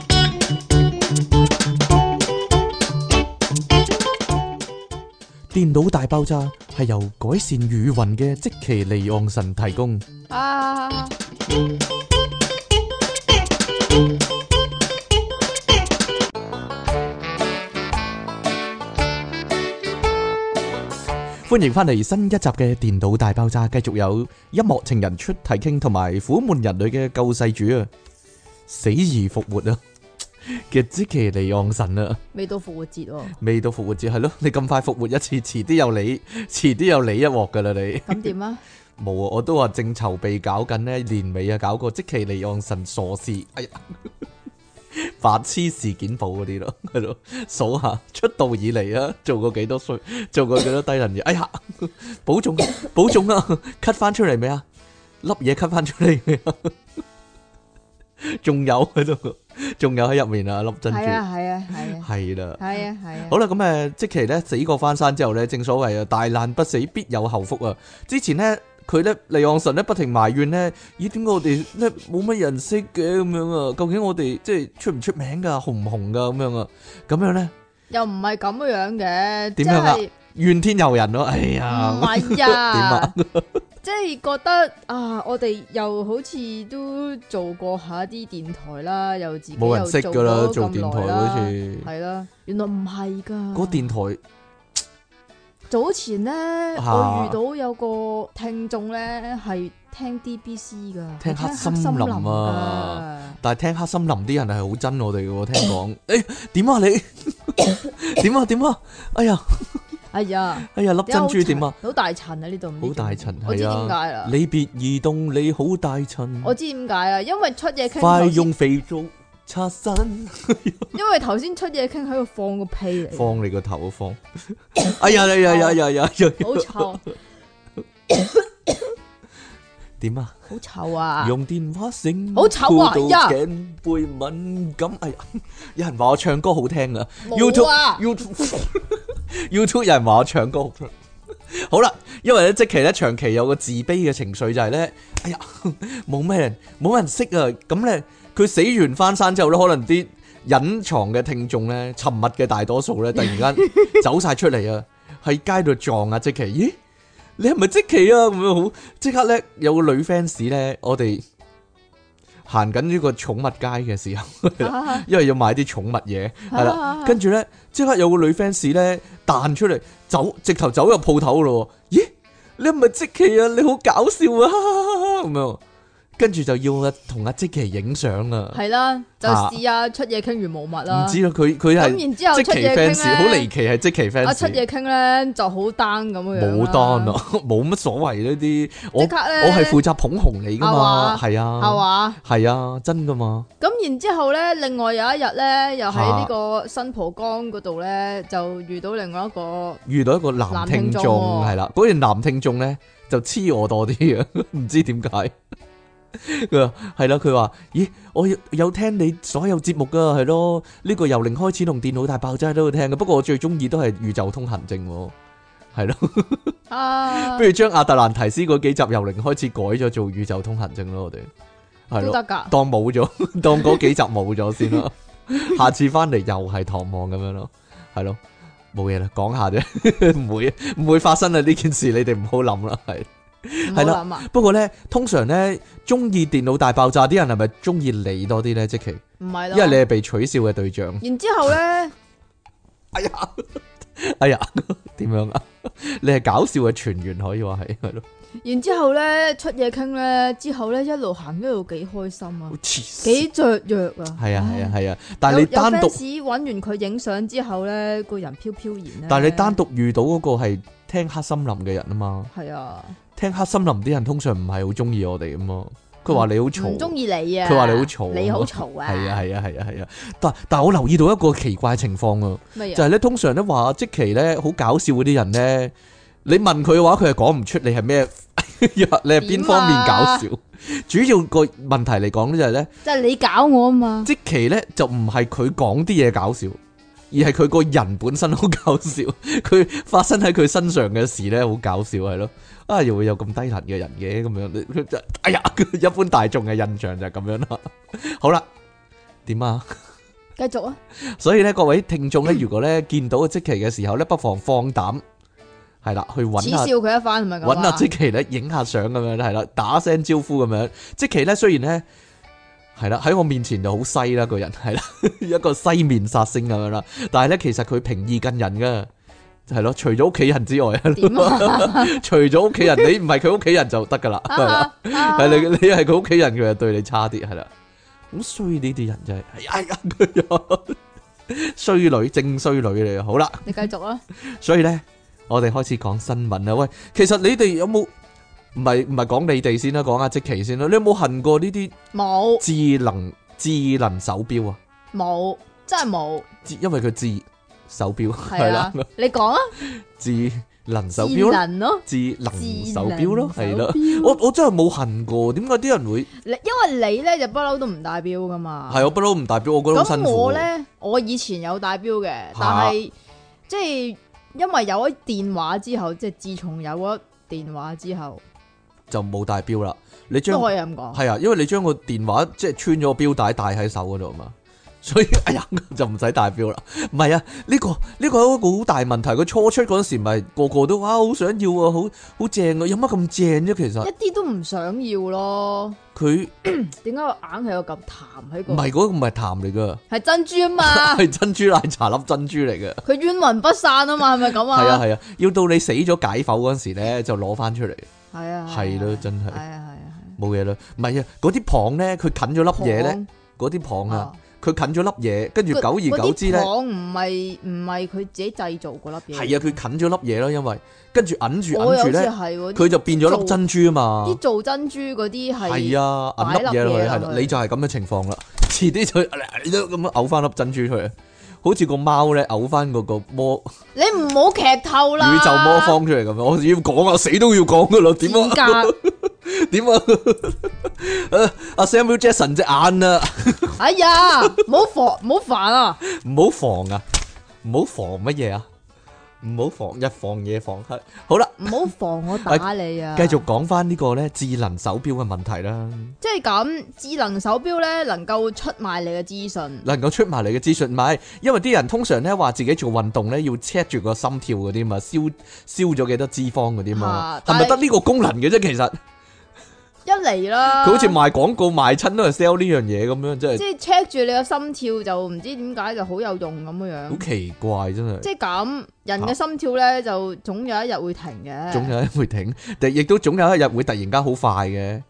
電腦大爆炸係由改善語雲嘅積淇離岸神提供。啊，歡迎翻嚟新一集嘅電腦大爆炸，繼續有音樂情人出題傾，同埋苦悶人類嘅救世主啊，死而復活啊嘅積淇離岸神啊！未到復活節 喎，未到復活節係咯，你咁快復活一次，遲啲有你，遲啲有你一鑊噶啦你。咁點啊？冇啊，我都話正籌備搞緊呢，年尾啊搞個即其離岸神傻事，哎呀， 白痴事件簿嗰啲咯， 係咯，數下出道以嚟啊，做過幾多衰，做過幾多低能嘢，哎呀， 保重啊，保重啊，cut 翻出嚟未啊？粒嘢 cut 翻出嚟未啊？ 仲有喺度，仲有喺入面啊，粒珍珠係啊，係啊，係啊，係啦。係啊，係啊好，啦，咁誒，即期咧死過翻山之後咧，正所謂啊，大難不死必有後福啊！之前咧，佢咧離岸神咧不停埋怨咧，咦點解我哋咧冇乜人識嘅咁樣啊？究竟我哋即係出唔出名㗎，紅唔紅㗎咁樣啊？咁樣咧，又唔係咁樣嘅，即點樣啊係怨天尤人咯！哎呀唔，係 點啊啊？即係覺得啊，我哋又好似都做過下啲電台啦，又自己冇人識㗎啦，又做咗咁電台耐啦好似 係啦，原來唔係㗎。嗰電台早前咧，啊我遇到有個聽眾咧係聽 DBC 㗎，聽係黑森林黑啊㗎。但係聽黑森林啲人係好憎我哋嘅喎，聽講，誒點啊你 點啊點啊，哎呀哎呀！哎呀粒珍珠點啊！？好大塵啊！呢度唔知好大塵我知係啊點解啦。你別移動，你好大塵，我知點解啊，因為出嘢傾快頭先，用肥皂擦身，因為頭先出嘢傾喺度放個屁嚟，放你個頭啊放！ 哎呀哎呀哎呀哎呀哎呀！好臭，點啊？好臭啊！用電話繩好醜啊箍呀到頸背敏感，哎呀！有人話我唱歌好聽啊冇啊！ YouTube YouTube 有人話我唱歌 好聽。好啦，因為咧即期咧長期有個自卑嘅情緒就係咧，哎呀， 冇咩人冇人識啊，咁咧佢死完翻山之後咧，可能啲隱藏嘅聽眾咧，沉默嘅大多數咧，突然間走晒出嚟啊，喺街度撞啊即期，咦，你係咪即期啊？咁樣好，即刻咧有個女 fans 咧，我哋行緊呢個寵物街嘅時候。啊因為要買啲寵物嘢，係啦，跟住咧即刻有個女 fans 咧彈出嚟，走直頭走入鋪頭咯喎，咦？你係咪即奇啊？你好搞笑啊！哈哈哈哈咁樣，跟住就要啊同阿即奇影相啊，係啦，就啊試下出嘢傾完無物唔啦。知啦，佢佢咁然之後係即出奇嘢 fans，好傾離咧，奇係即奇啊出嘢 fans，傾咧就好 down 咁樣樣冇啦單啊， 冇乜所謂呢啲，我即刻咧我係負責捧紅你噶嘛，啊嘛係係啊，嘛？係啊，真噶嘛，咁然之後咧，另外有一日咧，又喺呢個新蒲崗嗰度咧，就遇到另外一個遇到一個男男聽聽眾眾喎係啦，嗰個男聽眾咧就黐我多啲啊， 唔知點解。佢話係啦，佢話：咦，我有有聽你所有節目噶，係咯，呢個由零開始同電腦大爆炸都有聽嘅。不過我最中意都係宇宙通行證喎，係咯。 啊不，如將亞特蘭提斯嗰幾集由零開始改咗做宇宙通行證咯，我哋係都咯，得㗎。當冇咗， 當嗰幾集冇咗先 啦。下次翻嚟又係唐望咁樣咯，係咯，冇嘢啦，講下啫， 唔會唔會發生啊呢件事，你哋唔好諗啦，係。唔係好啦諗啊，不過咧，通常咧，中意電腦大爆炸啲人係咪中意你多啲咧？即其，唔係因啦。為你係被取笑嘅對象。然之後咧，哎呀，哎呀，點樣啊？ 你係搞笑嘅傳員可以話係，係咯，然之後咧出嘢傾咧，之後咧一路行一路幾開心啊好，黐線。幾雀躍啊。係啊係啊唉。係啊，但係你有有單獨， fans 揾完佢影相之後咧，個人飄飄然咧。但係你單獨遇到嗰個係聽黑森林嘅人啊嘛。係啊，聽黑森林啲人通常唔係好中意我哋咁嘛，佢話你好嘈，唔中意你啊。佢話你好嘈啊你好嘈啊。係啊係啊係啊係啊，但但我留意到一個奇怪情況啊，乜就嘢？係咧通常咧話即期咧好搞笑嗰啲人咧，你問佢嘅話佢係講唔出你係咩， 你係邊方面搞笑，啊主要個問題嚟講咧就係咧即係你搞我啊 嘛。即期咧就唔係佢講啲嘢搞笑。而係佢個人本身好搞笑，佢發生喺佢身上嘅事咧好搞笑係咯，啊又會有咁低能嘅人嘅咁樣你，你就哎呀，一般大眾嘅印象就係咁樣啦。好啦，點啊？繼續啊，所以咧，各位聽眾咧，如果咧見到即期嘅時候咧，不妨放膽係啦，去揾耻下笑佢一番，係咪咁揾阿啊？即奇咧影下相咁樣，係啦，打聲招呼咁樣。即奇咧雖然咧係啦，喺我面前就好西啦，個人係啦， 一個西面殺星咁樣啦。但係咧，其實佢平易近人噶，係咯，除咗屋企人之外， 點啊？除咗屋企人，你唔係佢屋企人就得噶啦， 係啦。 啊啊系你你系佢屋企人，佢就對你差啲，係啦。好衰呢啲人真係，哎呀， 佢又衰女正衰女嚟啊！好啦，你繼續啊！所以咧，我哋開始講新聞啦。喂，其實你哋有冇唔係唔係講你哋先啦，講阿即奇先啦。你有冇恨過呢啲冇智能智能手錶啊？冇，真係冇，智因為佢智手錶係係啦啊，！你講啊，智能手錶智咯，能咯，智能智手錶咯，係啦手。錶 我我真係冇恨過，點解啲人會你因為你咧就不嬲都唔戴錶噶嘛。係我不嬲唔代表我覺得好辛咁苦我喎。咧，我以前有戴錶嘅，但嚇係即係因為有咗電話之後，即係自從有咗電話之後，就冇戴錶啦。你將都可以咁講。係啊，因為你將個電話即係穿咗個錶帶戴喺手嗰度嘛， 所以哎呀就唔使戴錶啦。唔係啊，呢、個呢、個係一個好大問題。佢初出嗰陣時，咪個個都哇好想要啊，好好正啊，有乜咁正啫、其實一啲都唔想要咯，佢點解我硬係有嚿痰喺唔個？係嗰個唔係痰嚟噶，係珍珠啊嘛， 係珍珠奶茶粒珍珠嚟嘅。佢冤魂不散啊嘛，係咪咁係啊啊？係啊，要到你死咗解剖嗰陣時咧，就攞翻出嚟，係啊，係咯，真係係啊係啊，冇嘢啦。唔係啊，嗰啲蚌咧，佢近咗粒嘢咧，嗰啲蚌糖啊，，佢近咗粒嘢，跟住哦嗰久而久之咧嗰啲。糖唔係唔係佢自己製造嗰粒嘢，係啊，佢近咗粒嘢咯，因為跟住揞住我揞住有次咧，係嗰啲佢就變咗粒珍珠啊嘛啲。做珍珠嗰啲係係啊，揞粒嘢落去，係啦，你就係咁嘅情況啦。 遲啲就你都咁樣嘔翻粒珍珠出嚟，好似個貓咧嘔翻嗰個魔你唔好劇透啦！宇宙魔方出嚟咁樣。我要講啊，死都要講噶啦， 點啊 啊？點啊？誒阿 Samuel Jackson 隻眼啊，哎呀，唔好煩，唔好煩啊！唔好防啊，唔好防乜嘢啊，唔好防日防夜防黑。好啦，唔好煩我打你啊！繼續，講翻呢個咧智能手錶嘅問題啦。即係咁，智能手錶咧能夠出賣你嘅資訊，能夠出埋嚟嘅資訊，唔係因為啲人通常咧話自己做運動咧要 check 住個心跳嗰啲嘛，燒燒咗幾多脂肪嗰啲嘛啊，係咪但係得呢個功能嘅啫？其實佢一嚟啦，好似賣廣告賣親都係 sell 呢樣嘢咁樣，真係即係 check 住你嘅心跳，就唔知點解就好有用咁樣好樣。奇怪真係。即係咁，人嘅心跳咧就總有一日會停嘅，總有一日會停，但亦都總有一日會突然間好快嘅，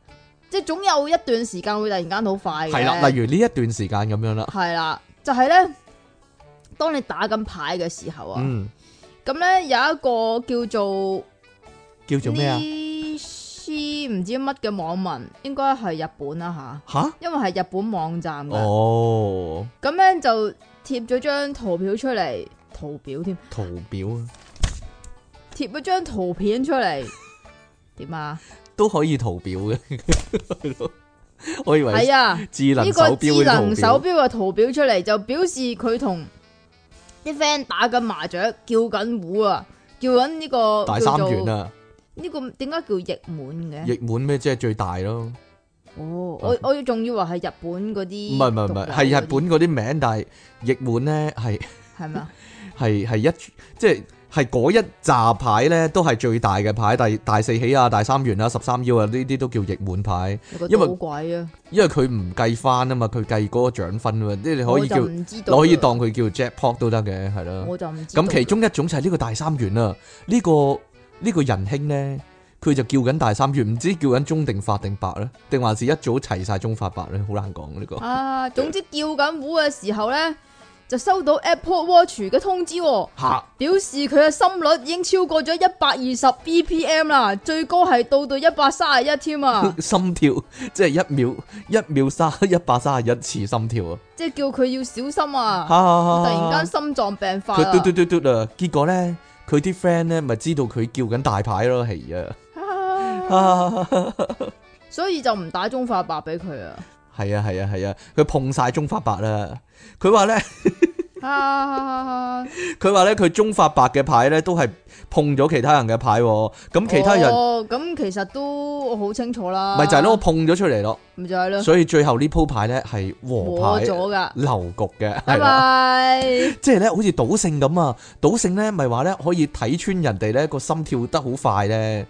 即係總有一段時間會突然間好快嘅。係啦，例如呢一段時間咁樣啦，係啦，就係咧，當你打緊牌嘅時候啊，嗯，咁咧有一個叫做叫做咩啊？呢唔知乜嘅網民，應該係日本啦吓？吓，因為係日本網站嘅，哦，咁咧、就貼咗張圖表出嚟，圖表添，圖表啊，貼咗張圖片出嚟，點啊？都可以圖表嘅， 係咯我以為係啊，智能呢手個表智嗰啲能圖手表。錶嘅圖表出嚟，就表示佢同啲 friend 打緊麻雀，叫緊胡啊，叫緊呢個大叫三做元啊！呢個點解叫逆滿嘅？逆滿咩？即係最大咯，哦，我我仲以為係日本嗰唔啲係唔獨係有唔係，係嗰啲，日本嗰啲名，但係逆滿咧係 係咪啊？係係一即係係嗰一扎牌咧都係最大嘅牌，第大四喜啊、大三元啊、十三腰啊呢啲都叫逆滿牌，有個因為賭鬼啊！因為佢唔計翻啊嘛，佢計嗰個獎分啊嘛，即係你可以我就叫唔知道你啦可以當佢叫 jackpot 都得嘅，係咯。我就唔知道啦。咁其中一種就係呢個大三元啦，呢個呢個仁兄咧，佢就叫緊大三元，唔知叫緊中定法定白咧，定還是一早齊晒中法白咧，好難講呢個。啊，總之叫緊糊嘅時候咧，就收到 Apple Watch 嘅通知、喎，嚇！！表示佢嘅心率已經超過咗一百二十 BPM 啦，最高係到到一百三十一添啊 心跳即係一秒一秒三一百三十一次心跳啊！即係叫佢要小心啊！突突然間心臟病發佢啦嘟嘟嘟嘟啊！結果咧，佢啲 friend 咧咪知道佢叫緊大牌咯，係啊，啊 所以就唔打中化白俾佢啊！係啊係啊係啊！佢碰晒中發白啦！佢話咧，啊，佢話咧佢中發白嘅牌咧都係碰咗其他人嘅牌喎，咁其他人哦咁其實都好清楚啦，咪就係咯，我，碰咗出嚟咯，咪就係咯，所以最後呢鋪牌咧係和摸牌咗噶，流局嘅，係拜啦。拜，即係咧，好似賭聖咁啊！賭聖咧，咪話咧可以睇穿人哋咧個心跳得好快咧，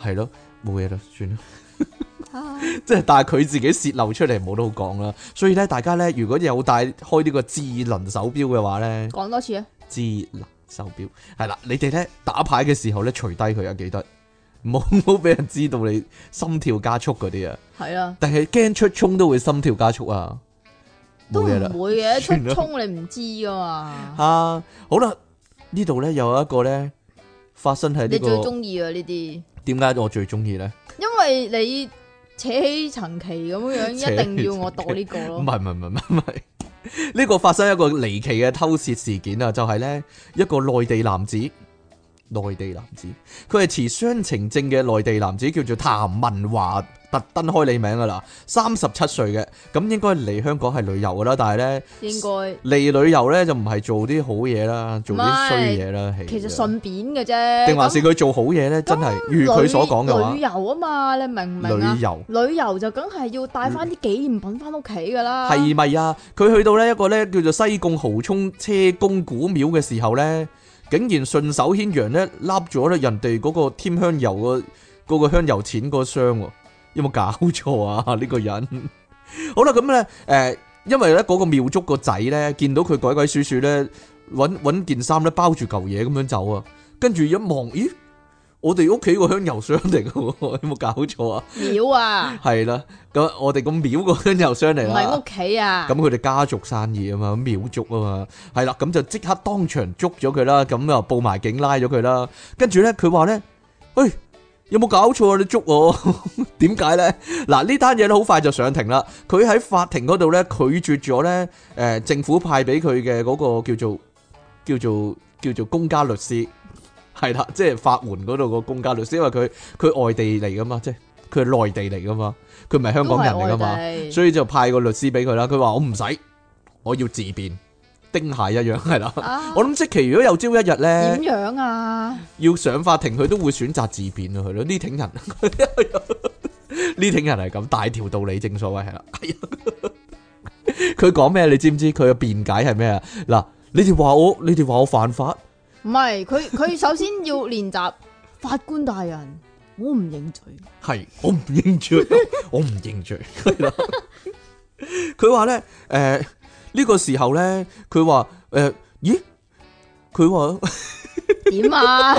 係咯，冇嘢啦，算啦。 啊即係但係佢自己泄漏出嚟，冇得好講啦。所以咧，大家咧如果有戴開呢個智能手錶嘅話咧，講多次啊，智能手錶係啦，你哋咧打牌嘅時候咧除低佢啊，記得唔 好唔好俾人知道你心跳加速嗰啲啊。係啊，但係驚出衝都會心跳加速啊，都冇嘢啦。唔會嘅，算啦出冲你唔知噶嘛，啊，好啦，呢度咧有一個咧發生喺呢、你個最中意啊呢啲，點解我最中意咧？因為你扯起層旗咁樣， 扯起一定要我度呢個唔係咯，唔係唔係唔係，呢個發生一個離奇嘅偷竊事件啊！就係咧一個內地男子，內地男子，佢係持雙程證嘅內地男子，叫做譚文華，特登開你名噶啦，三十七歲嘅，咁應該嚟香港係旅遊噶啦，但係咧應該嚟旅遊咧就唔係做啲好嘢啦，做啲衰嘢啦，係其實啊順便嘅啫，定還是咁佢做好嘢咧？真係旅如佢所講嘅話旅，遊啊嘛，你明唔明啊旅？遊。旅遊就梗係要帶翻啲紀念品翻屋企噶啦，係咪啊？佢去到呢一個咧叫做西貢濠涌車公古廟嘅時候咧，竟然順手牽羊咧，笠咗咧人哋嗰個添香油個嗰個香油錢個箱喎，有冇搞錯啊？呢個人 好啦，咁咧誒，因為咧嗰個廟祝個仔咧，見到佢鬼鬼祟祟咧，揾揾件衫咧包住嚿嘢咁樣走啊，跟住一望，咦，我哋屋企個香油箱嚟嘅喎， 有冇搞錯啊？廟啊，係啦，咁我哋個廟個香油箱唔嚟啦。係屋 企啊咁，佢哋家族生意啊嘛，廟祝啊嘛，係啦，咁就即刻當場捉咗佢啦，咁啊報埋警拉咗佢啦，跟住咧佢話咧，喂，有冇搞錯啊？你捉我，點解咧？嗱呢單嘢咧好快就上庭啦，佢喺法庭嗰度咧拒絕咗咧，誒、政府派俾佢嘅嗰個叫做叫做叫做公家律師，係啦，即係法援嗰度個公家律師，因為佢佢外地嚟噶嘛，即係佢係內地嚟噶嘛，佢唔係香都港人係嚟外噶嘛。地，所以就派個律師俾佢啦。佢話我唔使，我要自辯，丁蟹一樣係啦。啊我諗即期如果有朝一日點咧，樣啊？要上法庭，佢都會選擇自辯啊。佢咯，呢挺人， 呢挺人係咁大條道理，正所謂係啦。 係啊佢講咩？你知唔知佢嘅辯解係咩啊？嗱，你哋話我，你哋話我犯法，唔係佢佢首先要練習法官大人，我唔認罪，係我唔認罪， 我唔認罪。係啦 佢話咧，誒、呢、個時候咧，佢話誒，咦？佢話。 點啊？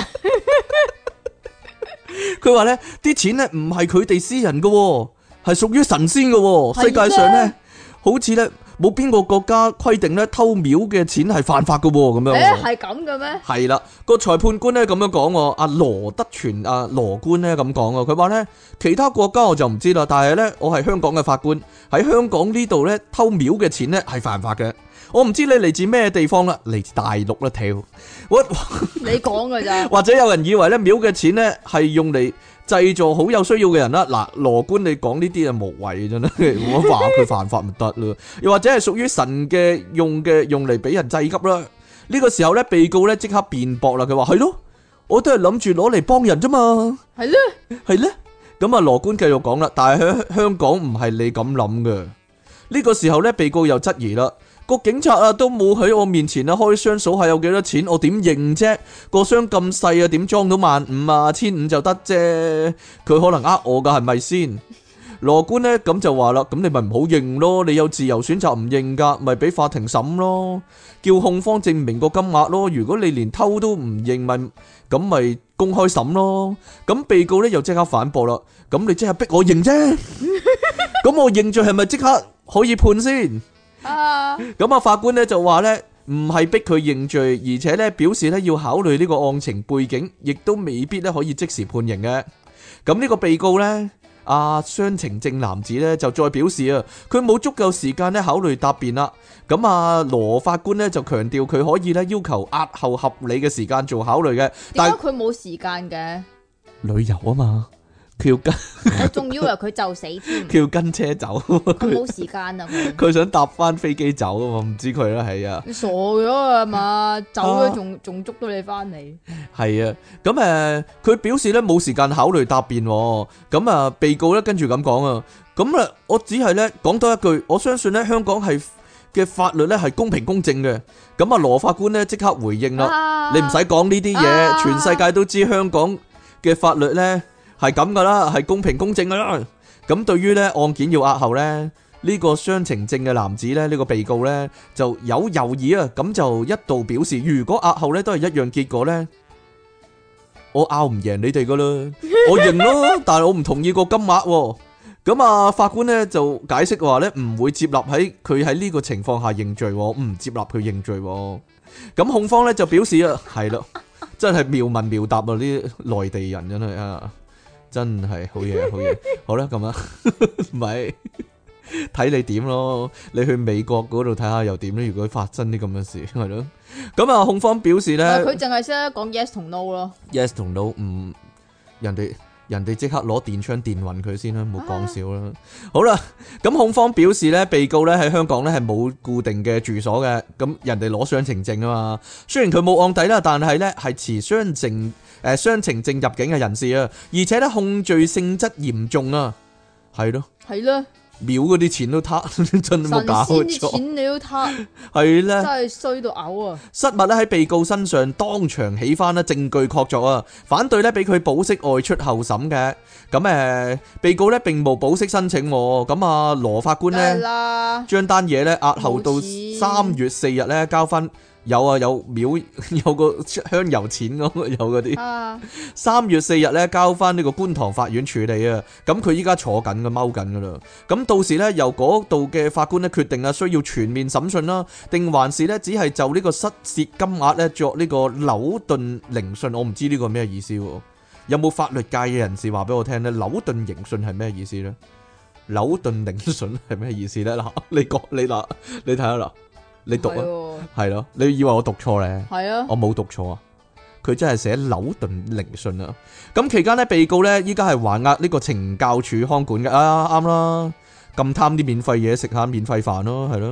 佢話咧啲錢咧唔係佢哋私人嘅喎，係屬於神仙嘅喎。係世界上咧咩，好似咧冇邊個國家規定咧偷廟嘅錢係犯法嘅喎，咁樣誒喎。係咁嘅咩？係啦，個裁判官咧咁樣講喎，阿羅德全阿羅官咧咁講喎，佢話咧其他國家我就唔知啦，但係咧我係香港嘅法官，喺香港呢度咧偷廟嘅錢咧係犯法嘅。我唔知你嚟自咩地方啦，嚟自大陸啦，屌！我你講嘅 咋？或者有人以為咧廟嘅錢咧係用嚟製造好有需要嘅人啦。嗱，羅官你講呢啲啊無謂嘅真係，我話佢犯法咪得咯。又或者係屬於神嘅用嘅用嚟俾人祭急啦。呢個時候咧，被告咧即刻辯駁啦，佢話係咯，我都係諗住攞嚟幫人啫嘛。係咧，係咧，咁啊羅官繼續講啦，但係喺香港唔係你咁諗嘅。呢個時候咧，被告又質疑啦，個警察啊都冇喺我面前啊開箱數下有幾多錢，我點認啫？個箱咁細啊，點裝到萬五啊？千五就得啫，佢可能呃我噶係咪先？羅官呢咁就話啦，咁你咪唔好認咯，你有自由選擇唔認噶，咪俾法庭審咯，叫控方證明個金額咯。如果你連偷都唔認，咪咁咪公開審咯。咁被告咧又即刻反駁啦，咁你即係逼我認啫，咁我認罪係咪即刻可以判先？啊咁啊法官咧就話咧唔係逼佢認罪，而且咧表示咧要考慮呢個案情背景，亦都未必咧可以即時判刑嘅。咁呢個被告咧。阿雙程證男子咧就再表示啊，佢冇足夠時間咧考慮答辯啦。咁啊羅法官咧就強調佢可以咧要求押後合理嘅時間做考慮嘅，點但解佢冇時間嘅？旅遊啊嘛， 佢要跟我仲以為佢就死添，佢要跟車走，佢佢冇時間啊！佢佢想搭翻飛機走啊嘛，唔知佢啦，係啊，你傻咗啊嘛，走啊咗仲仲捉到你翻嚟，係啊，咁誒佢表示咧冇時間考慮答辯喎，咁啊被告咧跟住咁講啊，咁啊我只係咧講多一句，我相信咧香港係嘅法律咧係公平公正嘅，咁啊羅法官咧即刻回應啦。啊你唔使講呢啲嘢，啊全世界都知香港嘅法律呢係咁噶啦，係公平公正噶啦。咁對於呢案件要押後呢，呢、個雙程證嘅男子呢，呢、個被告呢，就有猶豫啊，咁就一度表示，如果押後呢都係一樣結果呢，我拗唔贏你哋噶啦，我認咯，但係我唔同意個金額喎。咁啊，法官呢就解釋話呢，唔會接納喺佢喺呢個情況下認罪喎，唔接納佢認罪喎。咁控方咧就表示啊，係咯， 真係妙問妙答啊！呢啲內地人真係啊，真係好嘢好嘢。好啦，咁啊， 咪睇你點咯。你去美國嗰度睇下又點咧？如果發生啲咁嘅事，係咯。咁啊，控方表示但係佢咧淨係識得講 yes 同 no 咯， ，yes 同 no 唔，人哋人哋即刻攞電槍電暈佢先啦，冇講笑啦。啊好啦，咁控方表示咧，被告咧喺香港咧係冇固定嘅住所嘅，咁人哋攞雙程證啊嘛。雖然佢冇案底啦，但係咧係持雙程誒雙程證入境嘅人士啊，而且咧控罪性質嚴重啊，係咯，係咯，秒嗰啲錢都撻， 真神冇仙搞啲錯，錢你都貪，係咧真。係衰到嘔啊！失物咧喺被告身上當場起翻啦，證據確鑿啊！反對咧俾佢保釋外出候審嘅，咁誒、呃被告咧並冇保釋申請喎，咁啊羅法官梗係呢。啦，將單嘢咧押後到冇三錢月四日咧交翻。有啊，有秒 有個香油錢咁，有嗰啲啊三月四日咧交翻呢個觀塘法院處理啊。咁佢依家坐緊嘅踎緊噶啦。咁到時咧由嗰度嘅法官咧決定啊，需要全面審訊啦，定還是咧只係就呢個失竊金額咧作呢個紐頓聆訊？我唔知呢個咩意思喎。有冇法律界嘅人士話俾我聽咧？紐頓聆訊係咩意思咧？紐頓聆訊係咩意思咧？嗱，你講你嗱，你睇下嗱，你讀啊，啊，係咯，你以為我讀錯咧？係 啊，我冇讀錯啊，佢真係寫紐頓聆訊啊。咁期間呢，被告呢依家係還押呢個懲教署看管嘅啊，啱啦。咁貪啲免費嘢食下免費飯咯，係咯。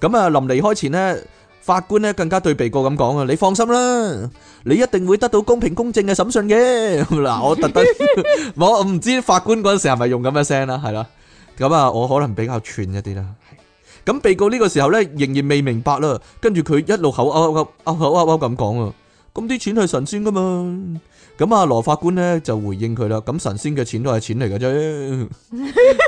咁啊，臨離開前呢，法官呢更加對被告咁講啊，你放心啦，你一定會得到公平公正嘅審訊嘅。嗱，我特登， 我我唔知法官嗰陣時係咪用咁嘅聲啦，係啦。咁啊，我可能比較串一啲啦。咁被告呢個時候呢，仍然未明白啦，跟住佢一路口勾勾勾口勾勾咁講啊，咁啲錢係神仙噶嘛，咁啊羅法官呢就回應佢啦，咁神仙嘅錢都係錢嚟嘅啫，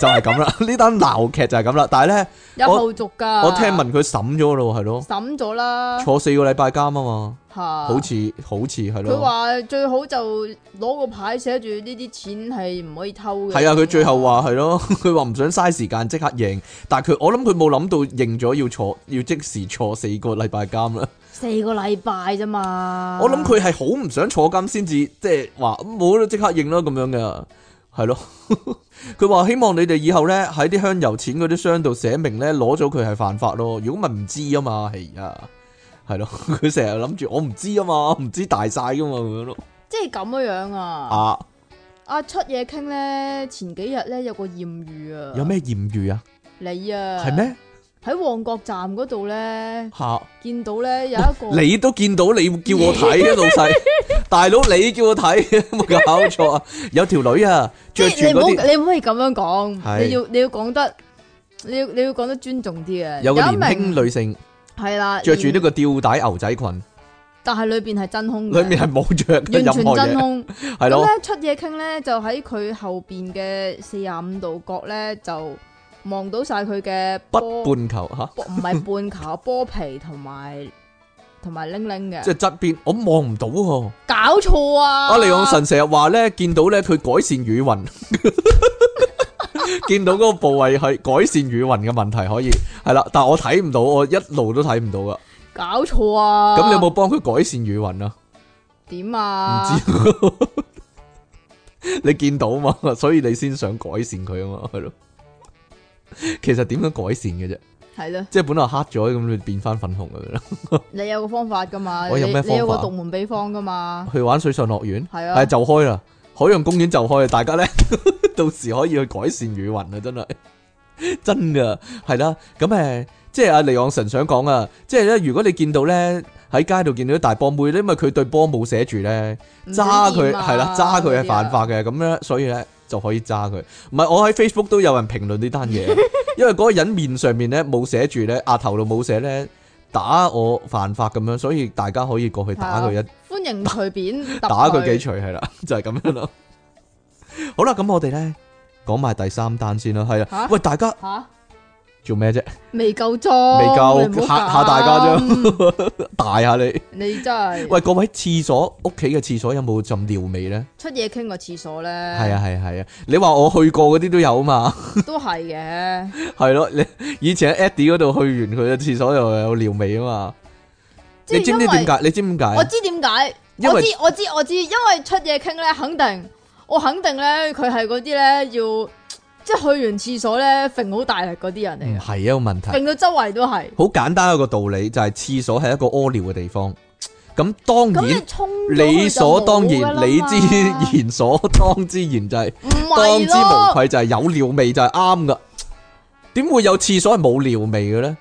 就係咁啦，呢單鬧劇就係咁啦，但係呢，有我後續㗎。我聽聞佢審咗咯，係咯，審咗啦，坐四個禮拜監啊嘛，嚇，好似好似係佢咯，話最好就攞個牌寫住呢啲錢係唔可以偷嘅。係啊，佢最後話係咯， 佢話唔想嘥時間即刻認，但係佢我諗佢冇諗到認咗要坐要即時坐四個禮拜監啦。四個禮拜啫嘛。我諗佢係好唔想坐監先至，即係話冇啦即刻認啦咁樣嘅，係咯。 佢話希望你哋以後呢，喺啲香油錢嗰啲箱度寫明呢，攞咗佢係犯法咯。如果咪唔知啊嘛，係啊，係咯。 佢成日諗住我唔知啊嘛，唔知大晒噶嘛咁樣咯。即係咁樣樣啊。啊，阿出嘢傾咧，前幾日咧有個豔遇啊。有？咩豔遇啊？你啊？係？咩喺旺角站嗰度咧，吓？見到咧有一個你都見到你叫我睇啊，老 細，大佬你叫我睇， 有冇搞錯啊！有條女啊，即着住係你唔嗰好啲。你唔可以咁樣係講，你要你要講得你要你要講得尊重啲啊。有個一年輕名啊嗯女性係啦，着住呢連，個吊帶牛仔裙，但係裏邊係真空嘅，里面係冇着任完全何真嘢，空。係咁咯，咧出嘢傾咧，就喺佢後邊嘅四十五度角咧，就望到晒佢嘅波，北半球吓，波唔係半球波皮同埋同埋拎拎嘅即，係側邊，我望唔到喎。搞錯啊！阿利昂神成日話咧，見到咧佢改善語 雲，見到嗰個部位係改善語雲嘅問題可以係啦，但我睇唔到，我一路都睇唔到噶。搞錯啊！咁你有冇幫佢改善語雲啊？點唔啊？ 知，你見到嘛，所以你先想改善佢啊嘛，係咯。其實點樣改善嘅啫？係咯，即係本來黑咗咁，你變翻粉紅咁樣咯。你有個方法噶嘛？我有咩你你有個方法獨門秘方噶嘛？去玩水上樂園，係係啊，就開啦，海洋公園就開，大家咧 到時可以去改善語雲啊！真係真噶，係啦。咁誒，即係阿李昂臣想講啊，即係咧，如果你見到咧喺街度見到啲大波妹咧，因為佢對波冇寫住咧，唔准揸佢掂啊係啦，揸佢係犯嗰啲啊法嘅，咁咧，所以咧就可以揸佢。唔係，我喺 Facebook 都有人評論呢單 嘢，因為嗰個人面上面咧冇寫住咧，額頭度冇寫咧打我犯法咁樣，所以大家可以過去打佢一歡迎隨 便打打佢幾錘係啦， 就係咁樣咯。好啦，咁我哋咧講埋第三單先啦，係啦吓。喂，大家吓，做咩啫？未夠裝，未夠哦你唔好嚇嚇大家咁，啫， 大下你。你真係喂，各位廁所屋企嘅廁所有冇浸尿味咧？出嘢傾個廁所咧，係啊係啊係啊，你話我去過嗰啲都有啊嘛，都係嘅，係咯。你以前喺 Eddie 嗰度去完佢嘅廁所又有尿味啊嘛。即係你知唔知因為點解？你知唔知點解我啊？知點解，因為我知我知我知，因為出嘢傾咧，肯定我肯定咧，佢係嗰啲咧要即係去完廁所咧，揈好大力嗰啲唔人嚟嘅，嗯係一啊個問題。揈到周圍都係。好簡單一個道理，就係、廁所係一個屙尿嘅地方。咁當咁然你衝咗佢就理所當冇㗎啦然，嘛理之言所當之然就係、唔當係之無咯，愧就係有尿味就係啱噶。點會有廁所係冇尿味嘅咧？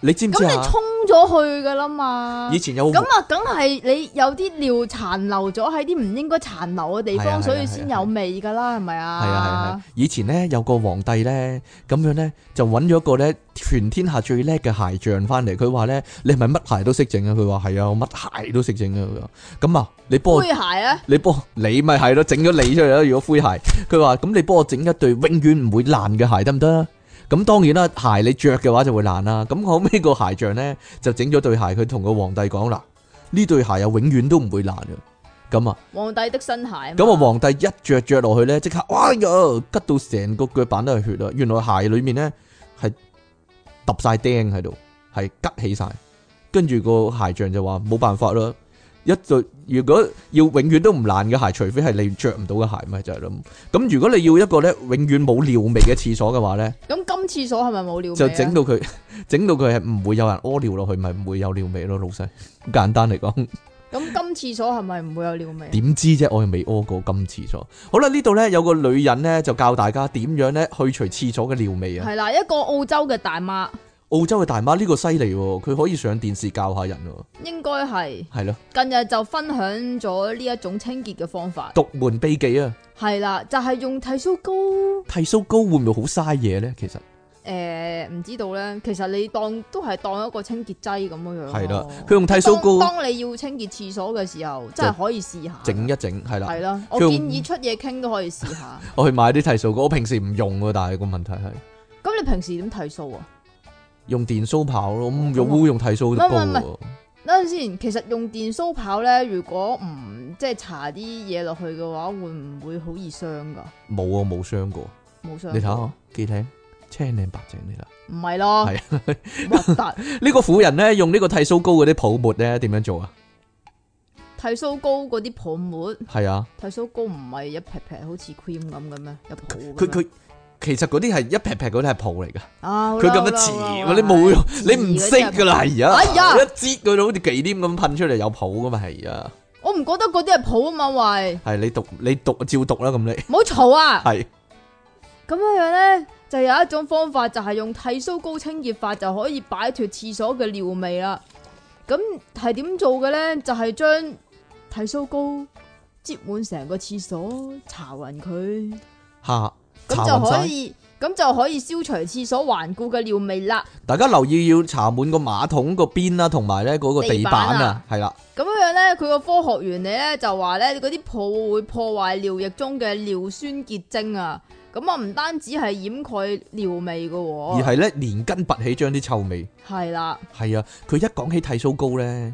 你知唔咁知你啊？衝咗去噶啦嘛以。前有咁啊，梗係你有啲尿殘留咗喺啲唔應該殘留嘅地係啊係啊方，所以先有味噶啦，係咪係啊？啊係啊，係以前咧有個皇帝咧咁樣咧就揾咗個咧全天下最叻嘅鞋匠翻嚟，佢話咧你係咪乜鞋都識整啊？佢話係啊，我乜鞋都識整啊。佢話咁啊，你幫我灰鞋啊，你幫你咪係咯，整咗你出嚟咯。如果灰鞋，佢話咁你幫我整一對永遠唔會爛嘅鞋得唔得？咁當然啦，鞋你着嘅話就會爛啦。咁後尾個鞋匠呢，就整咗對鞋，佢同個皇帝講啦：呢對鞋啊永遠都唔會爛嘅。咁啊，皇帝的新鞋啊嘛。咁啊，皇帝一着着落去呢，即刻哇呀，吉到成個腳板都係血啦！原來鞋裡面呢，係揼晒釘喺度，係吉起晒。跟住個鞋匠就話冇辦法啦，一對如果要永遠都唔爛嘅鞋，除非係你着唔到嘅鞋，咪就係咁。咁如果你要一個呢永遠冇尿味嘅廁所嘅話呢，咁今廁所係咪冇尿味就啊整到佢 整到佢係唔會有人屙尿落去，咪唔會有尿味咯，老細。好簡單嚟講。咁今廁所係咪唔會有尿味啊？點知啫？我又未屙過金廁所。好啦，呢度呢，有個女人呢，就教大家點樣呢去除廁所嘅尿味啊！係啦，一個澳洲嘅大媽，澳洲嘅大媽呢個犀利喎，佢可以上電視教下人喎。應該係係咯，近日就分享咗呢一種清潔嘅方法，獨門秘技啊！係啦，就係、用剃鬚膏。剃鬚膏會唔會好嘥嘢呢？其實哦诶、唔知道咧，其實你當都係當一個清潔劑咁樣樣。係啦，佢用剃鬚膏當當你要清潔廁所嘅時候，真係可以試下。啊整一整，係啦係。啦，我佢建用議出嘢傾都可以試 下。我去買啲剃鬚膏，我平時唔用喎，但係個問題係咁你平時點剃鬚啊？用電鬚刨咯，咁用污用剃鬚膏哦唔係唔係喎。等陣先，其實用電鬚刨咧，如果唔即係搽啲嘢落去嘅話，會唔會好易傷㗎？冇啊，冇傷過。冇傷。你睇下幾靚，青靚白淨你啦。唔係咯，係核突。呢個婦人呢，用呢個剃鬚膏嗰啲泡沫呢，點樣做啊？剃鬚膏嗰啲泡沫，係啊。剃鬚膏唔係一撇撇好似 cream 咁嘅咩？有泡嘅咩佢佢其實嗰啲係一劈劈嗰啲係泡嚟 噶，啊，好啦佢咁樣好啦好黐，啦你冇用，黐你唔識噶啦，而家哎呀一擠佢好似忌廉咁噴出嚟有泡噶嘛，係啊，我唔覺得嗰啲係泡啊嘛，喂，係你讀你讀照讀啦，咁你 唔好嘈啊！係咁樣樣咧，就有一種方法就係用剃鬚膏清潔法就可以擺脱廁所嘅尿味啦。咁係點做嘅咧？就係、將剃鬚膏擠滿成個廁所，搽勻佢，嚇搽咁就可勻晒，以，咁就可以消除廁所頑固嘅尿味啦。大家留意要搽滿個馬桶個邊啦，同埋咧嗰個地板地板啊啊，係啦，咁樣樣咧，佢個科學原理咧就話咧，嗰啲泡會破壞尿液中嘅尿酸結晶啊。咁啊，唔單止係掩蓋尿味嘅而喎，係咧連根拔起將啲臭味，係啦，係啊，佢一講起剃鬚膏咧，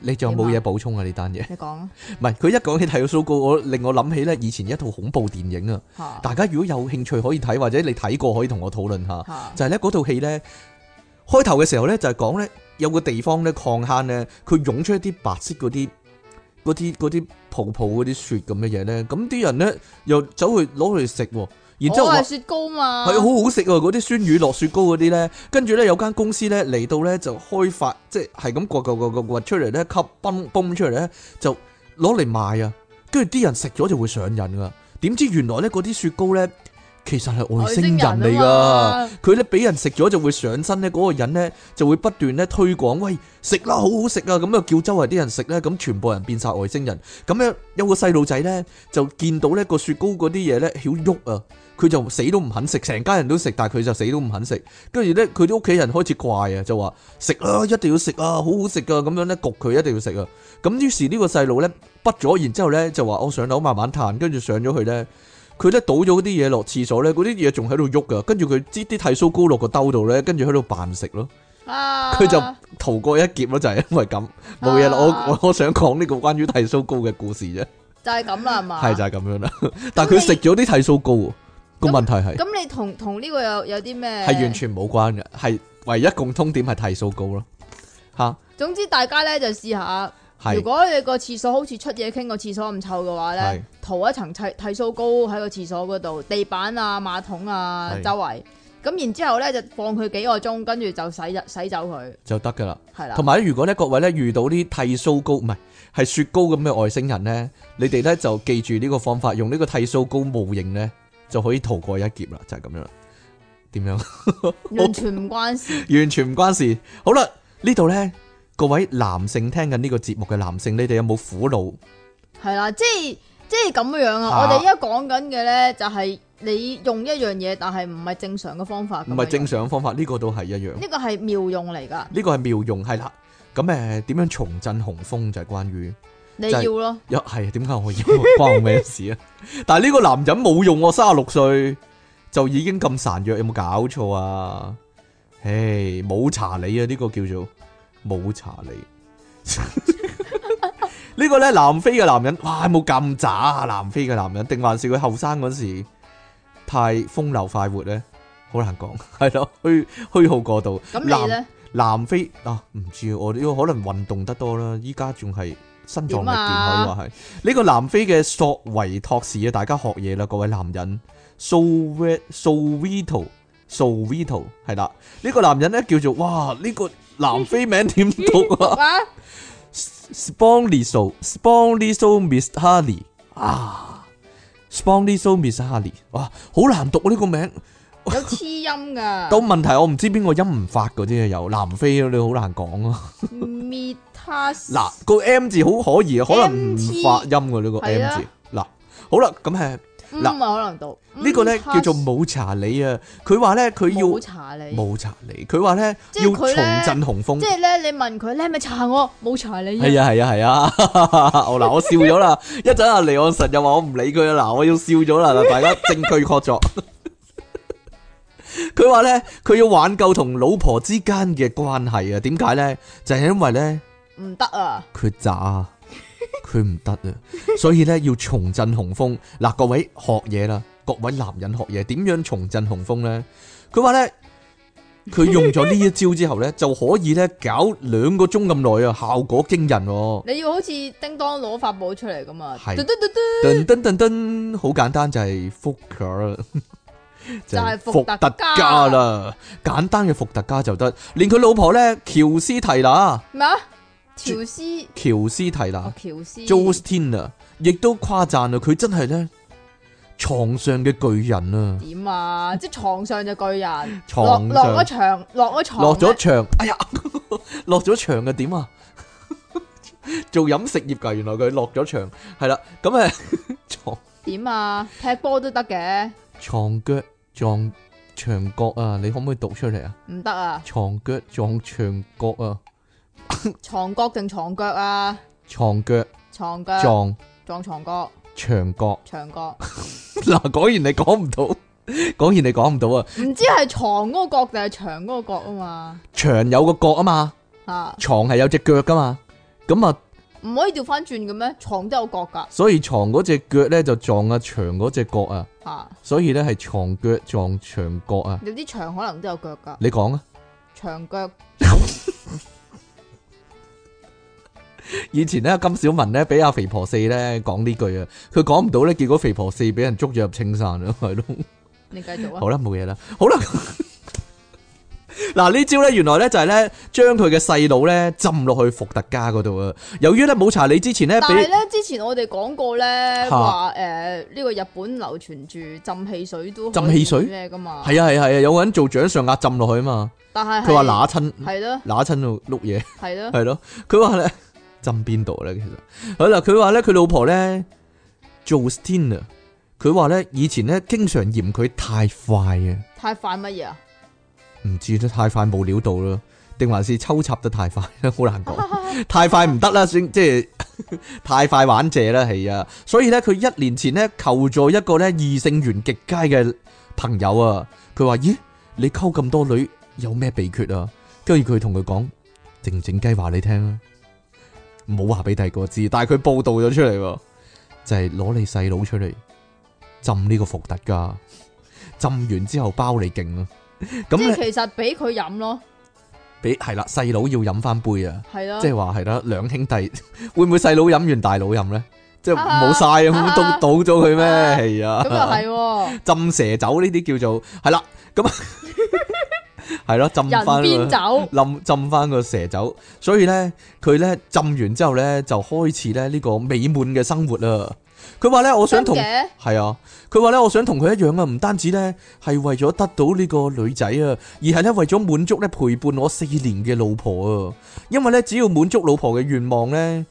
你仲有冇嘢補充啊？呢單嘢 你講啊唔係佢一講起剃鬚膏，我令我諗起咧以前一套恐怖電影啊。嚇大家如果有興趣可以睇，或者你睇過可以同我討論下。嚇，就係咧嗰套戲咧，開頭嘅時候咧就係講咧有個地方咧礦坑咧，佢湧出一啲白色嗰啲嗰啲嗰啲泡泡嗰啲雪咁嘅嘢咧，咁啲人咧又走去攞去食喎，然之後我話係雪糕嘛，係好好食喎，嗰啲酸魚落雪糕嗰啲咧，跟住咧有間公司咧嚟到咧就開發，即係係咁掘掘掘掘掘出嚟咧，吸崩崩出嚟咧就攞嚟賣啊！跟住啲人食咗就會上癮噶。點知原來咧嗰啲雪糕咧，其實係外外星星人人啊嚟噶嘛。佢咧俾人食咗就會上身咧，嗰、個人咧就會不斷咧推廣，喂食啦，好好食啊！咁啊叫周圍啲人食咧，咁全部人變晒外星人。咁樣有個細路仔咧就見到咧個雪糕嗰啲嘢咧曉喐啊，佢就死都唔肯食，成家人都食，但係佢就死都唔肯食。跟住咧佢啲屋企人開始怪啊，就話食啦，一定要食啊，好好食噶，咁樣咧焗佢一定要食啊。咁於是呢個細路咧畢咗，然之後咧就話我上樓慢慢彈，跟住上咗去咧。佢咧倒咗嗰啲嘢落廁所咧，嗰啲嘢仲喺度喐噶，跟住佢擠啲剃鬚膏落個兜度咧，跟住喺度扮食咯，啊，佢就逃過一劫咯，就係、因為咁冇嘢啦。我我我想講呢個關於剃鬚膏嘅故事啫，就係咁啦，係嘛？係就係咁樣啦。 但係佢食咗啲剃鬚膏喎，個問題係咁你同同呢個有有啲咩？係完。全冇關嘅，係唯一共通點係剃鬚膏咯，嚇總之大家咧就試下，如係果你個廁所好似出嘢傾個廁所咁臭嘅話係咧，塗一層剃剃鬚膏喺個廁所嗰度，地板啊、馬桶啊係周圍。咁然之後咧就放佢幾個鐘，跟住就洗洗走佢，就得㗎啦。係啦同。埋咧，如果咧各位咧遇到啲剃鬚膏，唔係係雪糕咁嘅外星人咧，你哋咧就記住呢個方法，用呢個剃鬚膏模型咧就可以逃過一劫啦，就係、咁樣啦。點樣？完全唔關事。完全唔關事。好啦，呢度咧各位男性聽緊呢個節目嘅男性，你哋有冇苦惱？係啦，即係即係咁樣啊！啊我哋而家講緊嘅咧，就係你用一樣嘢，但係唔係正常嘅方法。唔係正，常方法，呢、個都係一樣。呢個啊係妙用嚟㗎，呢個係妙用，係啦。咁誒點樣重振雄風就係關於。你就要係咯。又係點解我要關我咩 事啊？但係呢個男人冇用喎，三十六歲就已經咁孱弱，有冇搞錯啊？唉，冇查理啊！呢、個叫做冇查理。 呢個咧南非嘅男人，哇，有冇咁渣啊！南非嘅男人，定還是佢後生嗰時太風流快活咧？好難講，係咯，虛虛耗過度。咁南 你咧南非啊，唔知啊我呢個可能運動得多啦，依家仲係心臟力健可點啊以話係。呢個南非嘅索維托市啊，大家學嘢啦，各位男人。Sovet Soveto Soveto 係啦，呢個男人咧叫做哇，呢個南非名點讀啊？啊？ Sponliso Sponliso Miss Harley 啊，Sponliso Miss Harley，哇，好難讀啊呢個名。有黐音噶。到問題我唔知邊個音唔發嗰啲啊，有南非啊，你好難講啊。 metas 嗱，個 M 字好可疑啊，可能唔發音嘅呢個係 M 啊字。嗱，好啦，咁係嗯嗱啊可能讀呢個咧 metas 叫做冇查理啊。佢話咧佢冇要查你，冇查理，佢話咧即係要佢重呢振雄風即。係咧你問佢你係咪查我冇查你係啊？啊係啊係啊！ 我嗱我笑咗啦，一陣啊阿離岸神又話我唔理佢啊啦，嗱我要笑咗啦，嗱大家證據確鑿。佢話咧，佢要挽救同老婆之間嘅關係啊？點解咧？就係因為咧。唔得啊！佢渣啊，佢唔得啊，所以咧要重振雄風。嗱，各位學嘢啦，各位男人學嘢，點樣重振雄風咧？佢話咧，佢用咗呢 一招之後咧，就可以咧搞兩個鐘咁耐啊，效果驚人喎、你要好似叮當攞法寶出嚟咁啊！係嘟嘟嘟嘟噔噔噔噔，好簡單就係福卡 啦，就係伏伏特特加加啦，簡單嘅伏特加就得。連佢老婆咧，喬斯提娜，咩啊？喬斯喬斯提娜哦。喬斯 Justin 啊，亦都誇讚啊，佢真係咧床上嘅巨人啊，點啊？即係床上就巨人，落床落咗上場，落咗床，落咗場，哎呀， 落咗場嘅點啊？ 做飲食業㗎，原來佢落咗場，係啦，咁誒啊 床點啊？踢波都得嘅，床腳撞牆角啊，你可唔可以讀出嚟啊？唔得啊！床腳撞牆角啊，床角定床腳啊？床腳床腳撞撞床角，牆角。 牆角。嗱，果然你講唔到，果然你講唔到啊！唔知係床嗰個角定係牆嗰個角啊嘛，牆有個角啊嘛，啊，床係有隻腳噶嘛，咁啊。唔可以調翻轉嘅咩？床都有角噶，所以床嗰只腳咧就撞啊牆嗰只角啊，啊，所以咧係床腳撞牆角啊。有啲牆可能都有腳噶，你講啊，牆腳以前咧金小文咧俾阿肥婆四咧講呢句啊，佢講唔到咧，結果肥婆四俾人捉咗入青山啊，係咯。 你繼續啊，好啦，冇嘢啦，好啦。 嗱呢招咧，原來咧就係咧將佢嘅細佬咧浸落去伏特加嗰度啊。由於咧冇查理之前咧，但係俾咧，之前我哋講過咧，嚇話诶呢個日本流傳住浸汽水都浸汽水可以咩噶嘛？係啊係啊係啊，有個人做掌上壓浸落去啊嘛。但係佢話乸親係咯乸親到碌嘢，係咯，係咯。佢話 咧浸邊度咧？其實好啦，佢話咧佢老婆咧做 Stin 啊，佢話咧以前咧經常嫌佢太快啊。太快乜嘢啊？唔知得太快冇料到啦，定還是抽插得太快咧？好難講，太快唔得啦，算即係 太快玩謝啦，係啊。所以咧，佢一年前咧求助一個咧異性緣極佳嘅朋友啊，佢話：咦，你溝咁多女有咩秘訣啊？跟住佢同佢講靜靜雞話你聽啊，唔好話俾第二個知。但係佢報道咗出嚟喎，就係攞你細佬出嚟浸呢個伏特加，浸完之後包你勁啊！咁即咧係其實俾佢飲咯，俾係啦，細佬要飲翻杯啊，係咯即。係話係啦，兩兄弟 會唔會細佬飲完大佬飲咧？即係冇晒咁啊都啊倒咗佢咩？啊係咁又啊，係喎，浸蛇酒呢啲叫做係啦，咁啊 係咯，浸人翻邊走冧浸翻個蛇酒，所以咧佢咧浸完之後咧就開始咧呢個美滿嘅生活啦。佢話咧，我想真同嘅，係啊，佢話咧，我想同佢一樣啊，唔單止咧係為咗得到呢個女仔啊，而係咧為咗滿足咧陪伴我四年嘅老婆啊，因為咧只要滿足老婆嘅願望咧，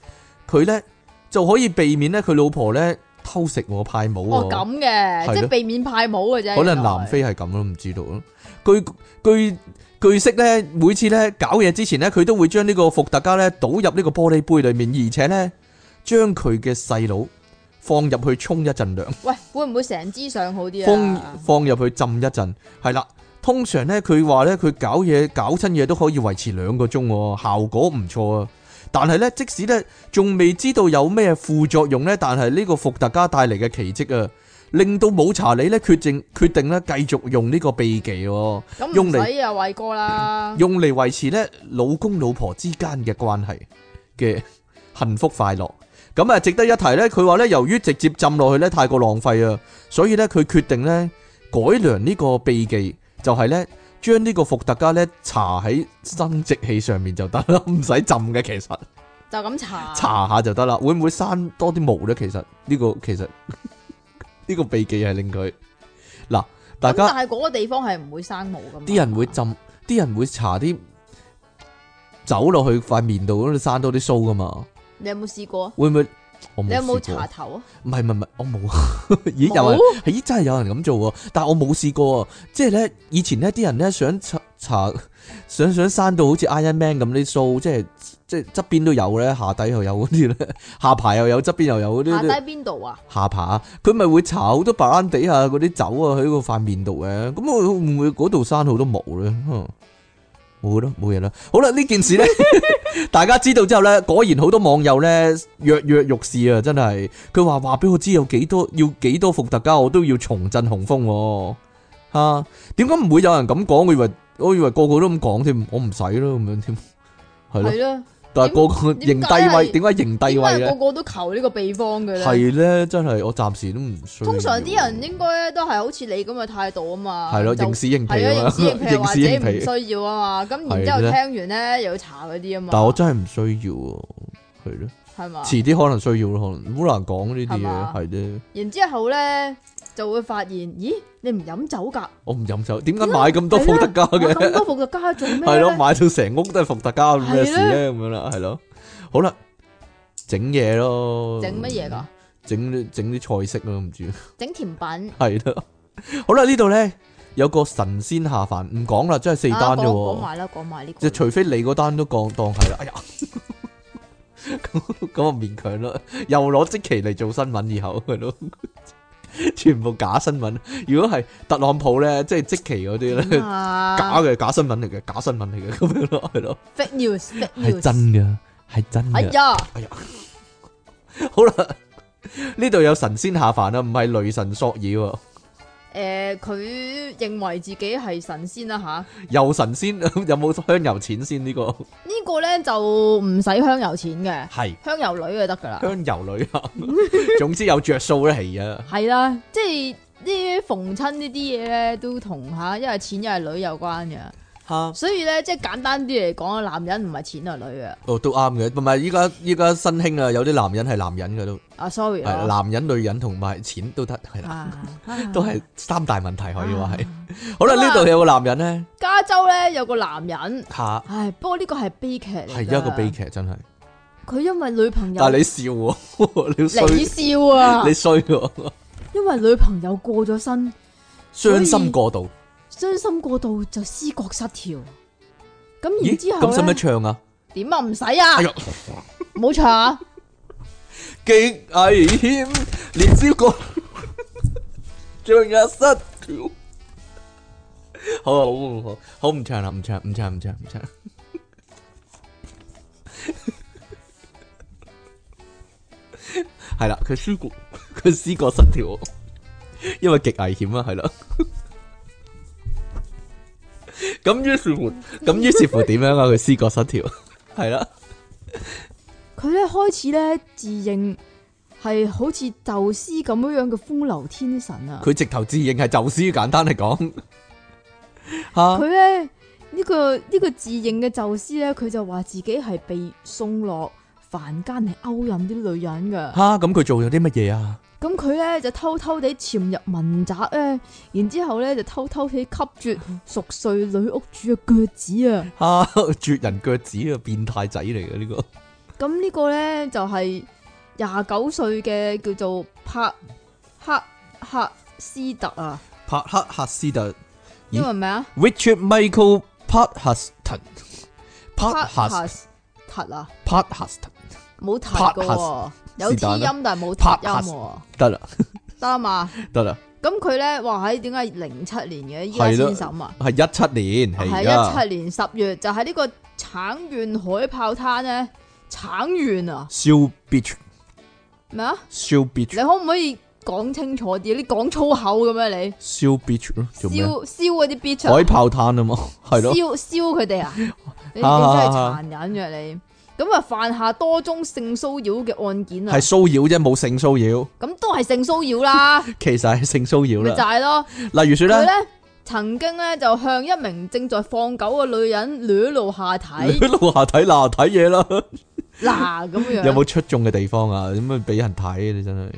佢咧就可以避免咧佢老婆咧偷食我派母哦喎。咁係嘅，即咯係避免派帽嘅啫。可原能來南非係咁咯，唔知道咯。據據據悉咧，每次咧搞嘢之前咧，佢都會將呢個伏特加咧倒入呢個玻璃杯裡面，而且咧將佢嘅細佬放入去沖一陣涼。喂，會唔會成支上好啲放啊？放入去浸一陣，係啦。通常咧，佢話咧，佢搞嘢搞親嘢都可以維持兩個鐘喎，效果唔錯啊。但係咧，即使咧仲未知道有咩副作用咧，但係呢個伏特加帶嚟嘅奇蹟啊，令到冇查理咧決定決定咧繼續用呢個秘技喎，咁用唔嚟嗯使啊，偉哥啦，用嚟維持咧老公老婆之間嘅關係嘅幸福快樂。咁啊，值得一提咧，佢話咧，由於直接浸落去咧太過浪費啊，所以咧佢決定咧改良呢個秘技，就係咧將呢個伏特加咧搽喺生殖器上面就得啦，唔使浸嘅其實啊就咁搽搽下就得啦。會唔會生多啲毛咧？其實呢個其實呢個秘技係令佢嗱，大咁家但係嗰個地方係唔會生毛噶嘛。啲人會浸，啲人會搽啲走落去塊面度嗰度生多啲鬚噶嘛？你有冇試過？啊會唔會？我你有冇試過搽頭啊？唔係唔係唔係，我冇 啊！咦，有人冇咦，真係有人咁做喎，但係我冇試過啊！即係咧，以前呢啲人咧想搽搽 想想生到好似 Iron Man 咁啲須，即係即係側邊都有咧，下底又有嗰啲咧，下排又有，側邊又有嗰下啲低啲邊度啊？下巴，佢咪會搽好多白蘭地啊嗰啲酒啊喺個塊面度嘅，咁會唔會嗰度生好多毛咧？哼冇咯，冇嘢啦。好啦，呢件 事咧，大家知道之後咧，果然好多網友咧躍躍欲試啊！真係，佢話話俾我知有幾多要幾多伏特加，我都要重振雄風喎、啊。點解唔會有人咁講？我以為我以為個個都咁講添，我唔使咯咁樣添，係咯。係咯，但係個個認點低位，點解係點解認低位點解個咧？個都求呢個秘方嘅咧？係咧，真係我暫時都唔需要。通常啲人應該都係好似你咁嘅態度啊嘛。係咯，就認屎 認屁係咁啊，樣認屎認屁認或屎認屁。者唔需要啊嘛。咁然之後係聽咧完咧又要搽嗰啲啊嘛。但我真係唔需要喎，係咯，係嘛？遲啲可能需要咯，可能好難講呢啲係嘛嘢，係咧。然之後咧就會發現，咦，你唔飲酒 㗎？我唔飲酒，點解買咁多伏特加我咁嘅？多伏特加做咩呢？ 係咯，買到成屋都係伏特加，咁咩事啊係咧？咁樣啦，係咯。好啦，整嘢咯，整乜嘢㗎？？嗯整啲整啲菜式咯，唔知 整甜品。係咯。好啦，呢度咧有個神仙下凡，唔講啦，真係四啊單啫講講喎。埋啦，講埋呢即個係。除非你嗰單都當當係啦，哎呀， 咁咁我勉強啦，又攞即期嚟做新聞以後係咯， 全部假新聞。如果係特朗普咧，即係即期嗰啲咧，點假 啊嘅假新聞嚟嘅，假新聞嚟嘅 咁樣咯，係咯， fake news，fake 係 news。真嘅，係真哎嘅。呀，好啦，呢度有神仙下凡啊啦，唔係雷神索爾喎，诶，佢認為自己係神仙啦吓。又神仙 有冇香油錢先呢個？呢個咧就唔使香油錢嘅，係香油女就得噶啦。香油女啊，總之有着數咧，係啊。係啦，即係呢啲逢親呢啲嘢咧，都同吓，因為錢又係女有關嘅。吓，所以咧，即係簡單啲嚟講啊，男人唔係錢啊女啊，哦都啱嘅，同埋依家依家新興啊，有啲男人係男人嘅都啊 sorry 係啊啦男人、女人同埋錢都得，係啦，啊， 都係三大問題可以話係。好啦，呢度有個男人咧加州咧有個男人，吓，唉，不過呢個係悲劇嚟，係一個悲。劇真係，佢因為女朋友，但係你笑喎， 你衰，你笑啊你，衰喎，因為女朋友過咗身，傷心過度。傷心過度就思覺失調。咁咦，然之後咁使唔使咧，唱啊？點啊？唔使啊哎，呀！冇錯啊，极危险，连招个像日失调。好啊，好好好，好唔唱啦，唔唱，唔唱，唔唱，唔唱。系啦，佢思觉，佢思觉失调，因为极危险啊，系啦。咁于是乎，咁于是乎点样啊？佢思觉失调，系啦。佢咧開始咧自認係好似宙斯咁樣樣嘅風流天神啊。佢直頭自認係宙斯，簡單嚟講， 吓佢咧呢個呢、個自認嘅宙斯咧，佢就話自己係被送落凡間嚟勾引啲女人噶。吓咁佢做咗啲乜嘢啊？ 咁佢咧就偷偷地潛入民宅咧，然之後咧就偷偷地吸住熟睡女屋主嘅腳趾啊！吓絕人腳趾啊，變態仔嚟嘅呢個咁呢個咧就係廿九歲嘅叫做帕克克斯特啊，帕克克斯特英文名啊 （Richard Michael p a r h u s t o n p a r 帕 h u s 克斯特啊， p a r h u s t o n 冇提帕嘅克喎，有是 T 但啦音但係冇帕提音克喎，得啦，得啊嘛。得啦，咁佢咧話喺點解零七年嘅依家係咯先審啊？係一七年，喺係一啊，七年十月就喺呢個橙縣海豹灘咧，橙縣啊 s h o w Beach，show 咩啊？ Beach，你可唔可以講清楚啲？你講粗口咁樣你 s h o w Beach 咯，做咩？燒燒嗰啲 beach 啊海豹灘啊嘛， 係咯，燒燒佢 哋啊！你你真係啊殘忍嘅你。咁啊，犯下多宗性騷擾嘅案件啊係，騷擾啫，冇性騷擾，咁都係性騷擾啦，咪其實係性騷擾就啦。係咯。例如说佢咧，咧曾經咧就向一名正在放狗嘅女人掠露下體， 你 喺路下睇嗱睇嘢啦。嗱咁樣。有冇出眾嘅地方啊？點樣俾人睇你真係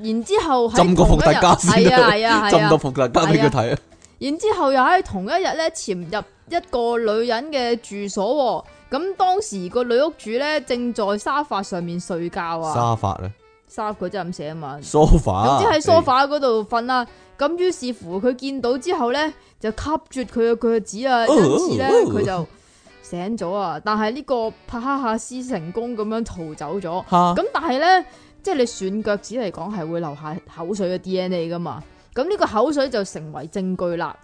然之後喺浸個伏同一特日，加先係啦啊 係啊浸係到啊。伏特加俾佢睇啊！然之後又喺同一日咧潛入一個女人嘅住所喎。咁當時個女屋主咧正在沙發上面睡覺啊，沙發咧沙佢真係咁寫啊嘛。 ，sofa，總之喺梳化嗰度瞓啦。咁於是乎佢見到之後咧就吸住佢嘅腳趾啊，哦因此咧哦佢就醒咗啊。但係呢個帕哈哈斯成功咁樣逃走咗。嚇咁但係咧，即係你吮腳趾嚟講係會留下口水嘅 DNA 噶嘛？咁呢個口水就成為證據啦。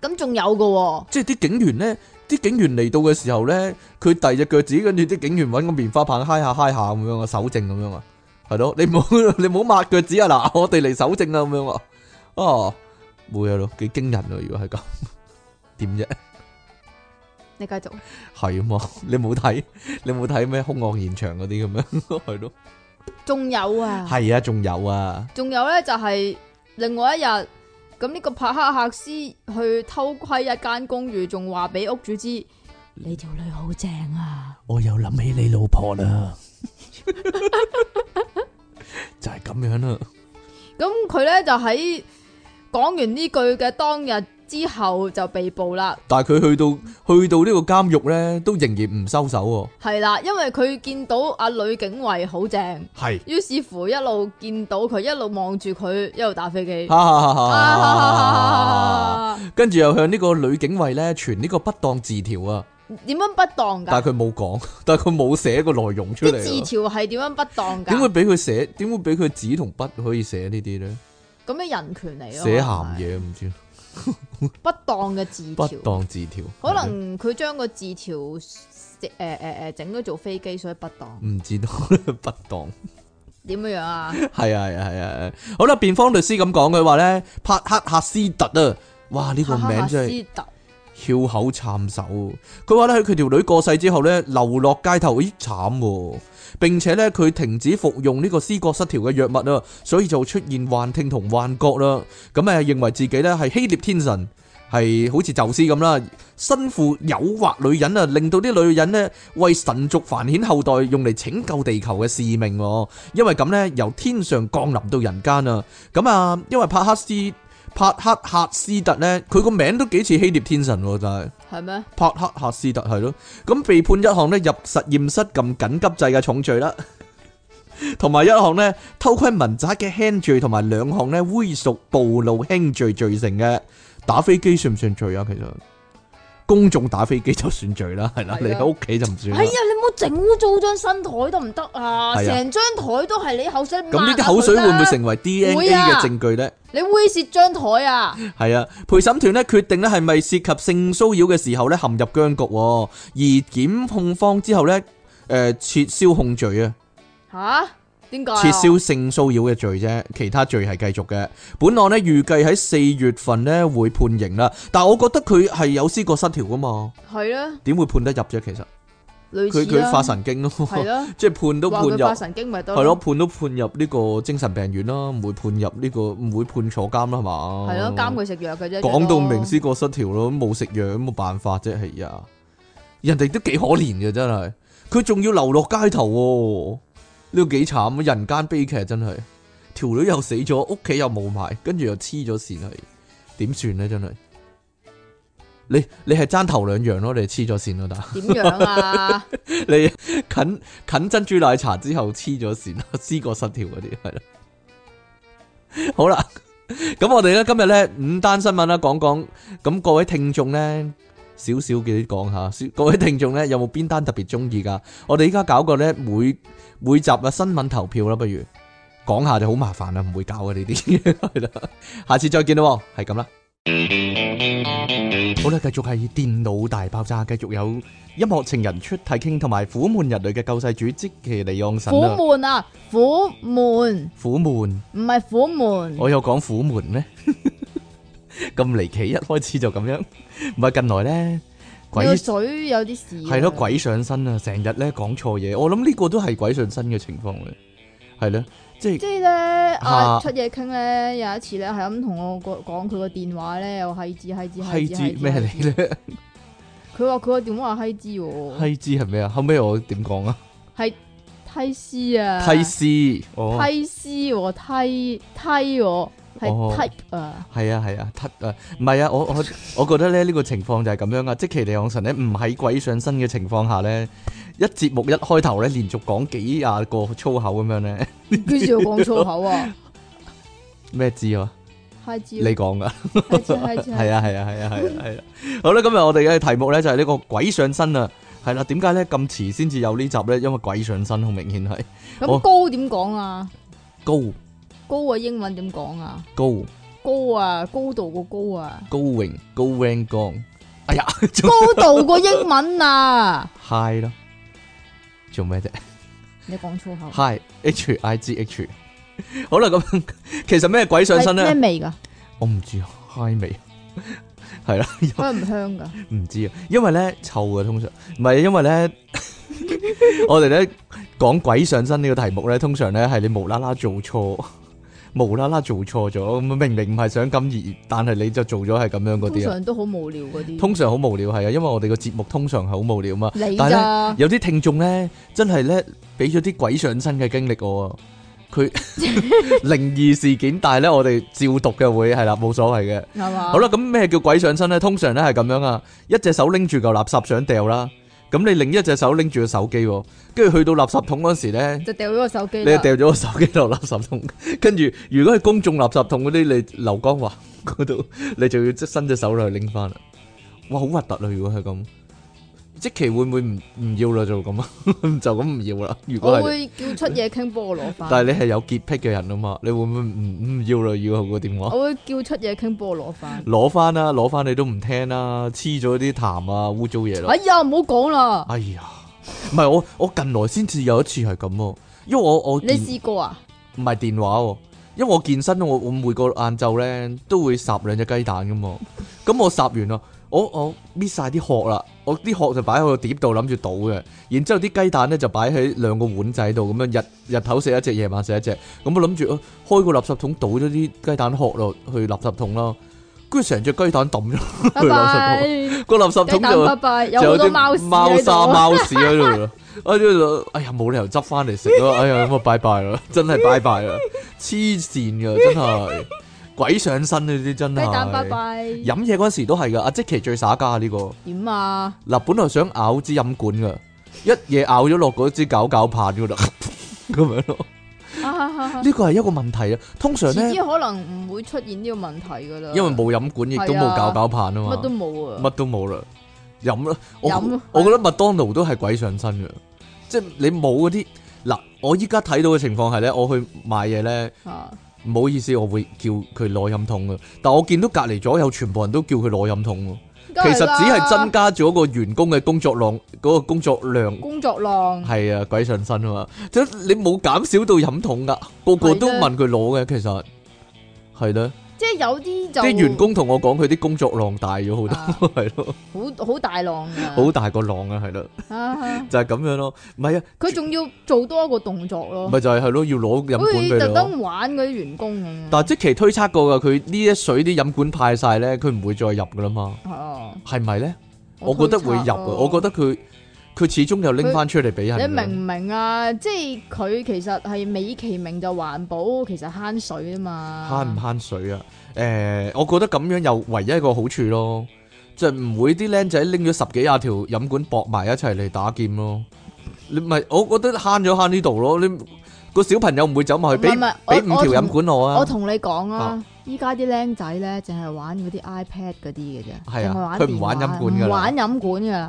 咁仲有噶、喎，即係啲警員咧，啲警員嚟到嘅時候咧，佢遞只腳趾，跟住啲警員揾個棉花棒嗨下嗨下咁樣啊，搜證咁樣啊，係咯，你唔好 你唔好抹腳趾啊！嗱，我哋嚟搜證啊咁樣啊，哦，冇嘢咯，幾驚人啊！如果係咁，點啫？你繼續。係啊嘛，你冇睇你冇睇咩兇案現場嗰啲咁樣，係咯，仲有啊，係啊，仲有啊。仲有咧就係另外一日，咁呢個帕克克斯去偷窺一間公寓，仲話俾屋主知。你條女好正啊！我又谂起你老婆啦，就系咁样啦。咁佢咧就喺講完呢句嘅當日之後就被捕啦。但系佢去到去到呢个监狱咧，都仍然唔收手係啦，因為佢見到阿女警衛好正，喎。系，於是乎一路見到佢，一路望住佢，一路打飛機。哈啊跟住又向呢个女警卫咧傳呢个不当字条啊，點樣不當但㗎？系佢冇讲， 但系佢冇写个内容出啲嚟字啊。條係點樣不當点会㗎？俾佢写？点会俾佢纸同笔可以写呢啲咧？咁嘅人權嚟咯，写咸係嘢唔知，不當嘅字不條，当字条，可能佢將個字條誒誒誒整咗做飛機，所以不當。唔知道不当。點樣樣啊？系啊系啊系啊，好啦，辯方律師咁講，佢話咧，帕克克斯特啊，哇呢、個哈哈名哈真係斯特翹口參手。佢話咧喺佢條女過世之後咧，流落街頭，咦慘喎、並且咧佢停止服用呢個思覺失調嘅藥物啊，所以就出現幻聽同幻覺啦。咁誒認為自己咧係希臘天神。係好似宙斯咁啦，身負誘惑女人啊，令到啲女人呢為神族繁衍後代，用嚟拯救地球嘅使命喎。因為咁呢，由天上降臨到人間啊。咁啊，因為帕克斯帕克克斯特呢，佢個名都幾似希臘天神喎，真係。系咩？ 帕克克斯特係咯，咁被判一項咧入實驗室撳緊急掣嘅重罪啦，同埋一項咧偷窺民宅嘅輕罪，同埋兩項咧猥褻暴露輕罪罪成嘅。打飛機算唔算罪啊？其實公眾打飛機就算罪啦，係啦，係啊你喺屋企就唔算哎啦呀，。你唔好整污糟張新台得唔得係啊？啊成張台都係你口水抹咁呢啲下口水佢啦會唔會？成為 DNA 會嘅啊證據呢？你猥亵張台啊？係啊，陪審團咧決定咧係咪涉及性騷擾嘅時候咧陷入僵局喎，而檢控方之後咧誒撤銷控罪啊。吓？點解啊？撤銷性騷擾嘅罪啫，其他罪係繼續嘅。本案呢預計喺四月份呢會判刑啦，但我覺得佢係有思覺失調噶嘛，係啦，點會判得入啫？其實類佢似啦佢發神經咯，係啦， 即係判都話判入，佢發係神經咪得咯，，判都判入呢個精神病院啦，唔會判入呢個唔會判坐監啦，係嘛？係咯，監佢食藥嘅啫。講到明最思覺失調咯，冇食藥咁冇辦法啫，係呀。人哋都幾可憐嘅真係，佢仲要流落街頭喎、呢個幾慘啊！人間悲劇真係，條女又死咗，屋企又冇埋，跟住又黐咗線係，點算呢？真係，你你係爭頭兩樣咯，你係黐咗線咯，但係多點樣啊？ 你近近珍珠奶茶之後黐咗線啦， 思覺失調嗰啲係啦。好啦，咁我哋咧今日咧五單新聞啦，講講咁各位聽眾咧少少嘅講下，少各位聽眾咧有冇邊單特別中意噶？我哋依家搞個咧每每集嘅新聞投票啦，不如講下就好麻煩啦，唔會搞嘅呢啲 係啦。下次再見啦喎，係咁啦。好啦，繼續係電腦大爆炸，繼續有。音樂情人出體傾同埋苦悶人類嘅救世主即其利昂神苦啦，悶啊，苦悶，苦悶，唔係苦 悶，我有講苦悶咩？咁離奇，一開始就咁樣，唔係近來咧鬼個水有啲事。係咯，鬼上身啊，成日咧講錯嘢，我諗呢個都係鬼上身嘅情況嘅，係咯，即係即係咧，啊阿出嘢傾咧，有一次咧係咁同我個講佢個電話咧，又係字係字閪係字知咩係字嚟咧？佢話佢個電話係閪字喎，閪知 係咩啊？後尾我點講啊？係梯絲啊，梯絲哦。梯絲喎，梯梯喎，哦係 type 啊，系啊系啊，咳啊，唔係啊，我我我覺得咧呢個情況就係咁樣啊，即其利昂神咧唔喺鬼上身嘅情況下咧，一節目一開頭咧連續講幾廿個粗口咁樣咧，跟住我講粗口啊，咩知啊？閪字，你講噶，閪 字閪字，係啊係啊係啊係啊係啊，好啦，今日我哋嘅題目咧就係呢個鬼上身啊，係啦，點解咧咁遲先至有呢集咧？因為鬼上身好明顯係我咁高點講啊？高高嘅英文點講啊？高高啊，高度個 高啊，高榮高 wing 光，哎呀，仲高度個英文啊， high 咯，做咩啫？你講粗口。 Hi H I G H。好啦，咁 其實咩鬼上身啊係咧？咩味 噶？我唔知啊，Hi 味係啦，香唔香噶？ 唔知啊，因為咧臭嘅通常，唔係因為咧，我哋咧講鬼上身呢個題目咧，通常咧係你無啦啦做錯， 無啦啦做錯咗，咁明明唔係想咁而，但係你就做咗係咁樣嗰通啲啊。常都好無聊嗰啲。通常好無聊係啊，因為我哋個節目通常係好無聊嘛。你但係呢咋？有啲聽眾咧，真係咧俾咗啲鬼上身嘅經歷我啊，佢 靈異事件，但係咧我哋照讀嘅會係啦，冇所謂嘅。係嘛？好啦，咁咩叫鬼上身咧？通常咧係咁樣啊，一隻手拎住嚿垃圾想掉啦，咁你另一隻手拎住個手機喎，跟住去到垃圾桶嗰時咧。就掉咗個手機你啦就。掉咗個手機落垃圾桶， 跟住如果係公眾垃圾桶嗰啲，你劉江華 嗰度，你就要即伸隻手落去拎翻啦。哇，好核突啊！如果係咁，即期會唔會唔唔要啦？就咁啊， 就咁唔要啦。如果我係，會叫出嘢傾幫我攞翻。但係你係有潔癖嘅人啊嘛，你會唔會唔唔要啦？如果個電話我會叫出嘢傾幫我攞翻。攞翻啦，攞翻你都唔聽啦，黐咗啲痰啊，污糟嘢啦哎。呀，唔好講啦，哎呀，唔係我我近來先至有一次係咁喎，因為我我你見試 過啊？唔係電話喎，因為我健身，我我每個晏晝咧都會烚兩隻雞蛋噶嘛。咁我烚完啦，我我搣晒啲殼啦，我啲殼就擺喺個碟度諗住倒嘅。然之後啲雞蛋咧就擺喺兩個碗仔度咁樣，日日頭食一隻，哦夜晚食一隻。咁我諗住啊開個垃圾桶倒咗啲雞蛋殼落去垃圾桶啦。跟住成隻雞蛋抌咗拜佢垃圾拜桶，，個垃圾雞桶蛋就拜拜，有就好多啲貓屎貓喺砂度啊，貓屎喺度啦。哎呀， 哎呀，冇理由執翻嚟食咯！哎 呀，咁啊，拜拜啦，真係拜拜啦，黐線噶，真係鬼上身呢啲真雞係。蛋拜拜，飲嘢嗰時都係噶，阿即奇最耍家呢、個。點啊？嗱，本來想咬支飲管噶，一嘢咬咗落嗰支搞搞棒嗰度， 咁樣咯。啊呢個係一個問題啊。通常遲咧，啲可能唔會出現呢個問題噶啦，因為冇飲管，亦都係冇啊搞搞棒啊嘛，乜都冇啊，乜都冇啦，飲啦。飲我啊我覺得麥當勞都係鬼上身嘅，即係你冇嗰啲嗱。我依家睇到嘅情況係咧，我去買嘢咧，啊唔好意思，我會叫佢攞飲筒嘅。但我見到隔離左右全部人都叫佢攞飲筒喎，梗其係實只係啦增加咗個員工嘅工作量，嗰、個工作量。工作浪，系啊，鬼上身啊嘛！即係你冇減少到飲筒噶，個個都係咧問佢攞嘅，其實係啦。即係有啲就啊啲員工同我講，佢啲工作浪大咗好多，係咯，好好大浪啊，好大個浪啊，係咯，啊就係咁樣咯。唔係啊，佢仲要做多一個動作咯，咪就係係咯，要攞飲好管俾似你特咯。登玩嗰啲員工咁啊，但係即期推測過噶，佢呢一水啲飲管派晒咧，佢唔會再入噶啦嘛，係啊，係咪咧？我覺得會入啊，我覺得得佢佢始終又拎佢翻出嚟俾人㗎。你明唔明啊？即係佢其實係美其名就環保，其實慳水啊嘛，慳唔慳水啊？誒、我覺得咁樣又唯一一個好處咯，就唔會啲僆仔拎咗十幾廿條飲管搏埋一齊嚟打劍咯。你咪我覺得慳咗慳呢度咯，你個小朋友唔會走埋去俾唔係唔係俾我五條飲管我我啊，同你講啊啊，依家啲僆仔咧，淨係玩嗰啲 iPad 嗰啲嘅啫，係淨係啊玩佢唔玩電話飲管㗎啦唔玩飲管㗎啦。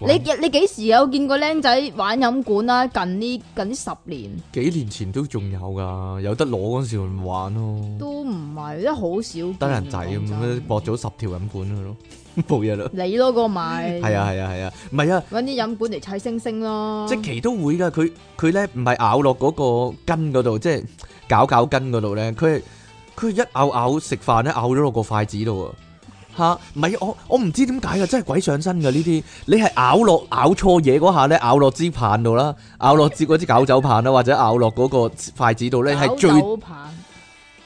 玩你你幾時有見過僆仔玩飲管啊？近呢近呢十年幾年前都仲有噶，有得攞嗰陣時咪玩咯，都唔係，真係好少見。得人仔咁講真樣搏咗十條飲管佢咯， 冇嘢啦。你咯，嗰個咪係啊係啊係啊，唔係啊。揾啲飲管嚟砌星星咯。即期都會噶，佢佢咧唔係咬落嗰個根嗰度，即係搞搞根嗰度咧，佢係佢係一咬咬食飯咧，咬咗落個筷子度啊！吓，唔係啊我我唔知點解啊，真係鬼上身噶呢啲，你係咬落咬錯嘢嗰下咧，咬落支棒度啦，咬落支嗰支搞酒棒啦，或者咬落嗰個筷子度咧，係最搞酒棒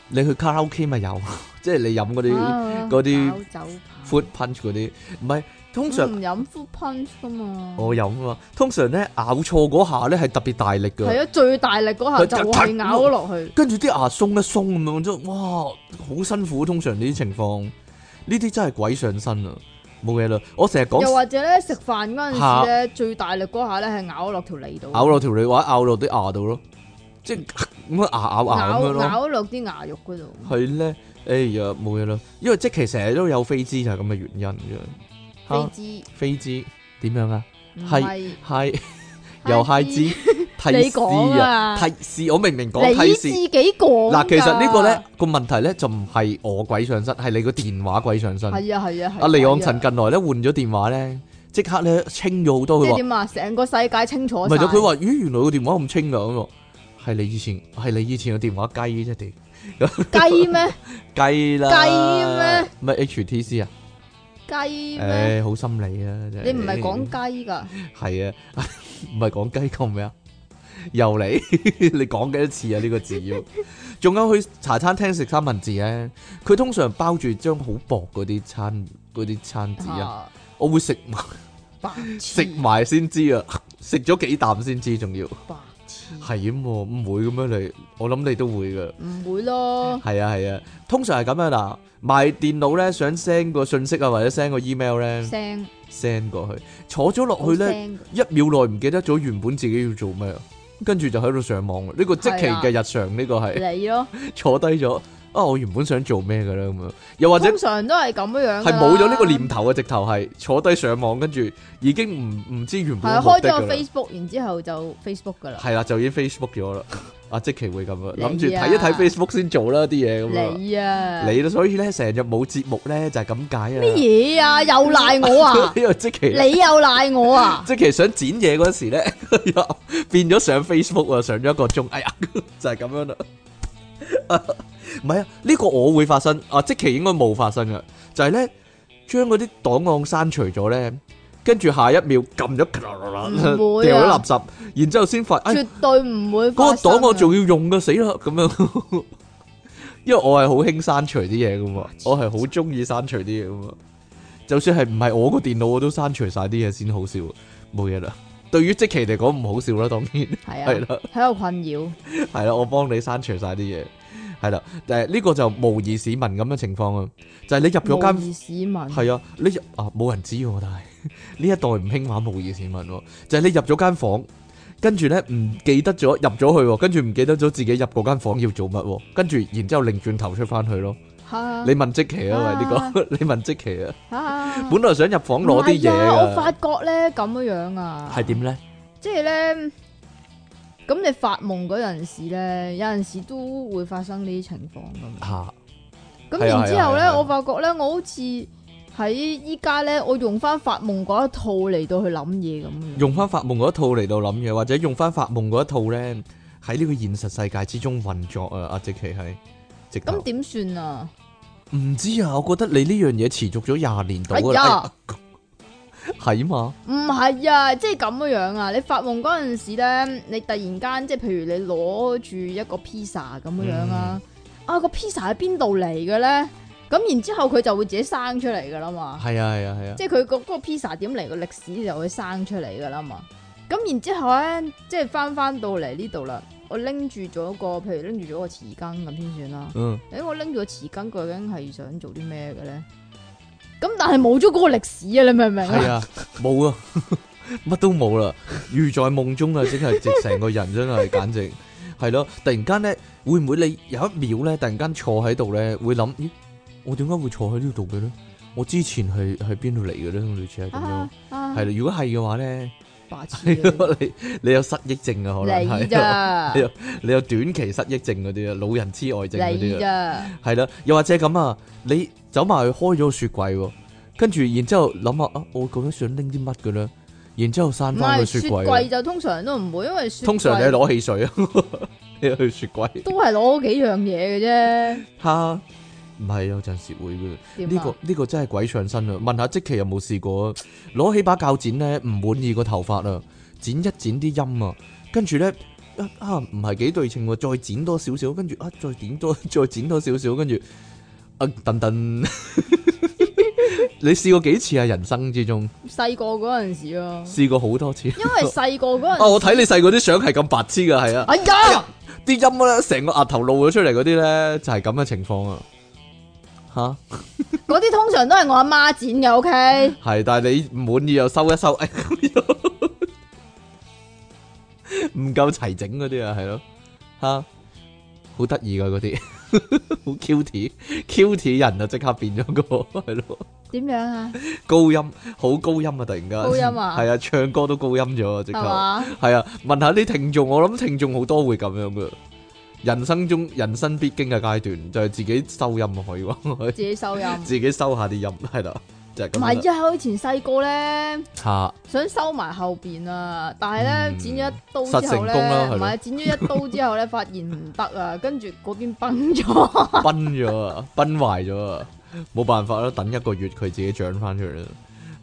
你去卡拉 OK 咪有， 即係你飲嗰啲啊嗰啲搞酒棒 food punch 嗰啲，唔係通常我唔嗯飲 full punch 噶嘛。我飲啊嘛，通常咧咬錯嗰下咧係特別大力噶。係啊，最大力嗰下就係咬咗落去。跟住啲牙鬆一鬆咁樣，即係哇，好辛苦。啊通常呢啲情況，呢啲真係鬼上身啊！冇嘢啦，我成日又講或者咧食飯嗰陣時咧，最大力嗰下咧係咬落條脷度，咬落條脷或者咬落啲牙度咯，即係 咁樣牙咬牙咁樣咬咯，咬落啲牙肉嗰度。係咧。哎呀，冇嘢啦，因為即其成日都有飛枝就係咁嘅原因啫。飛嚇，枝飛枝點樣啊？唔係係又係枝枝提你示講啊，啊提示我明明講提你示。自己講㗎嗱，其實呢個咧個問題咧就唔係我鬼上身，係你個電話鬼上身。係啊係啊係啊。阿利昂陳臣近來咧換咗電話咧，即刻咧清咗好多。佢即係話點啊？成個世界清楚唔晒。係咗，佢話咦原來個電話咁清噶咁喎，係你以前係你以前嘅電話雞啫地雞咩？雞啦雞咩？咩 HTC 啊？雞咩？ 誒好心理啊！真係你唔係講雞㗎，係啊？ 唔係講雞講咩啊？又嚟 你講幾多次啊？呢個字要仲有去茶餐廳食三文治咧，佢通常包住張好薄嗰啲餐嗰啲餐紙啊，嚇我會食埋。白食痴埋先知 啊，食咗幾啖先知，仲要白痴，係咁喎，哦唔會咁樣你，我諗你都會噶。唔會咯。係啊係啊，通常係咁樣嗱，賣電腦咧想 send 個信息啊，或者 send 個 email 咧聲 send 過去，坐咗落好去咧，聲㗎，一秒內唔記得咗原本自己要做咩啊，跟住就喺度上網啊啦。呢啊個即期嘅日常，呢個係你咯。 坐低咗啊，我原本想做咩噶啦咁樣，又或者通。常都係咁樣樣㗎啦。係冇咗呢個念頭嘅，啊直頭係坐低上網，跟住已經唔唔知原係本啊，嘅目開的㗎咗啦個 Facebook，然之後就 Facebook 噶啦。系啦，就已經 Facebook 咗啦。阿即奇會咁啊，你啊諗住睇一睇 Facebook 先做啦啲嘢咁你啊，啊。你啦，所以咧成日冇節目咧就係咁解啊。乜嘢啊？又賴 我啊！因為即奇，你又賴我 啊！即奇想剪嘢嗰時咧，變咗上 Facebook 啊，上咗一個鐘，哎呀， 就係咁樣啦。 唔係啊，呢個我會發生，啊即奇應該冇發生噶，就係咧將嗰啲檔案刪除咗咧，跟住下一秒撳咗，唔 會掉咗啊垃圾，然之後先發，哎絕對唔會嗰發個生啊。檔我仲要用噶，死啦咁樣。 因為我係好興刪除啲嘢噶嘛，我係好中意刪除啲嘢噶嘛。就算係唔係我個電腦，我都刪除晒啲嘢先好笑，冇嘢啦。對於即期嚟講唔好笑啦，當然係係啊，啦，喺度困擾，係啦，我幫你刪除晒啲嘢，係啦。誒呢個就模擬市民咁嘅情況啊，就係、你入咗間模擬市民係啊，你入啊冇人知喎，但係 呢一代唔興玩模擬市民喎，就係、你入咗間房，跟住咧唔記得咗入咗去喎，跟住唔記得咗自己入嗰間房要做乜喎，跟住然之後擰轉頭出翻去咯。嚇你問即奇啊，喂呢啊個 你問即奇啊，嚇本來想入房攞啲嘢唔係啊我發㗎，覺咧咁樣樣啊，係點咧？即係咧，咁你發夢嗰陣時咧，有陣時都會發生呢啲情況噶嘛。嚇咁係啊然之後咧，係啊係啊我發覺咧，我好似喺依家咧，我用翻發夢嗰一套嚟到去諗嘢咁樣。用翻發夢嗰一套嚟到諗嘢，或者用翻發夢嗰一套咧喺呢個現實世界之中運作啊！阿即奇係直頭咁點算啊？唔知啊，我覺得你呢樣嘢持續咗廿年到㗎啦，哎係嘛？哎唔係啊，即係咁樣樣啊！你發夢嗰陣時咧，你突然間即係譬如你攞住一個披薩咁樣樣嗯啊，啊個披薩喺邊度嚟嘅咧？咁然之後佢就會自己生出嚟噶啦嘛。係啊係啊係啊，即係佢嗰嗰個 pizza 點嚟個歷史就會生出嚟噶啦嘛。咁然之後咧，即係翻翻到嚟呢度啦，我拎住咗個，譬如拎住咗個匙羹咁先算啦。嗯，誒，我拎住個匙羹究竟係想做啲咩嘅咧？咁但係冇咗嗰個歷史啊，你明唔明係啊？啊，冇 啊，乜都冇啦，如在夢中啊，即係直成個人真係簡直係咯。突然間咧，會唔會你有一秒咧，突然間坐喺度咧，會諗，咦，我點解會坐喺呢度嘅咧？我之前係係邊度嚟嘅咧？類似係咁樣啊，啊係啦。如果係嘅話咧，白痴 係啊咯，你你有失憶症啊，可能你係，咋係啊你有短期失憶症嗰啲啊，老人痴呆症嗰啲你啊。咋系啦，又或者咁啊，你走埋去開咗個雪櫃喎，跟住然之後諗下啊，我究竟想拎啲乜嘅咧？然之後閂翻唔係個雪雪櫃啊，櫃就通常都唔會，因為雪櫃通常你係攞汽水啊， 你去雪櫃都係攞嗰幾樣嘢嘅啫吓，唔係有陣時會嘅。。點呢啊個呢個真係鬼上身啊！問下即奇有冇試過啊？攞起把鉸剪咧，唔滿意個頭髮啊，剪一剪啲陰啊，跟住咧啊啊唔係幾對稱喎，再剪多少少，跟住啊再剪多 再剪多少少，跟住啊噔噔， 你試過幾次啊？人生之中細個嗰陣時 咯，試過好多次。因為細個嗰陣 啊！我睇你細個啲相係咁白痴噶，係啊，哎呀，啲陰咧成個額頭露咗出嚟嗰啲咧，就係咁嘅情況啊，吓。嗰啲通常都係我阿媽剪嘅，OK？系，但系你唔滿意又收一收， 哎唔夠齊整嗰啲啊，係咯，吓，好得意噶嗰啲， 好 cute，cute 人啊，即刻變咗個 係咯，點樣啊？高音，好高音啊，突然間，高音 啊係啊，唱歌都高音咗啊，即係刻，嘛？係啊，問下啲聽眾，我諗聽眾好多會咁樣噶，人生中人生必經嘅階段就係自己收音啊，可以話， 自己收音。自己收下啲音，係啦，就係唔咁啦，係啊！我以前細個咧，吓。想收埋後邊啊，但係咧嗯剪咗一刀之實成後功咧，啦係咯唔係剪咗一刀之後咧，發現唔得啊，跟住嗰邊 崩咗。崩咗啊，崩壞咗啊，冇辦法啦，等一個月佢自己長翻出嚟啦，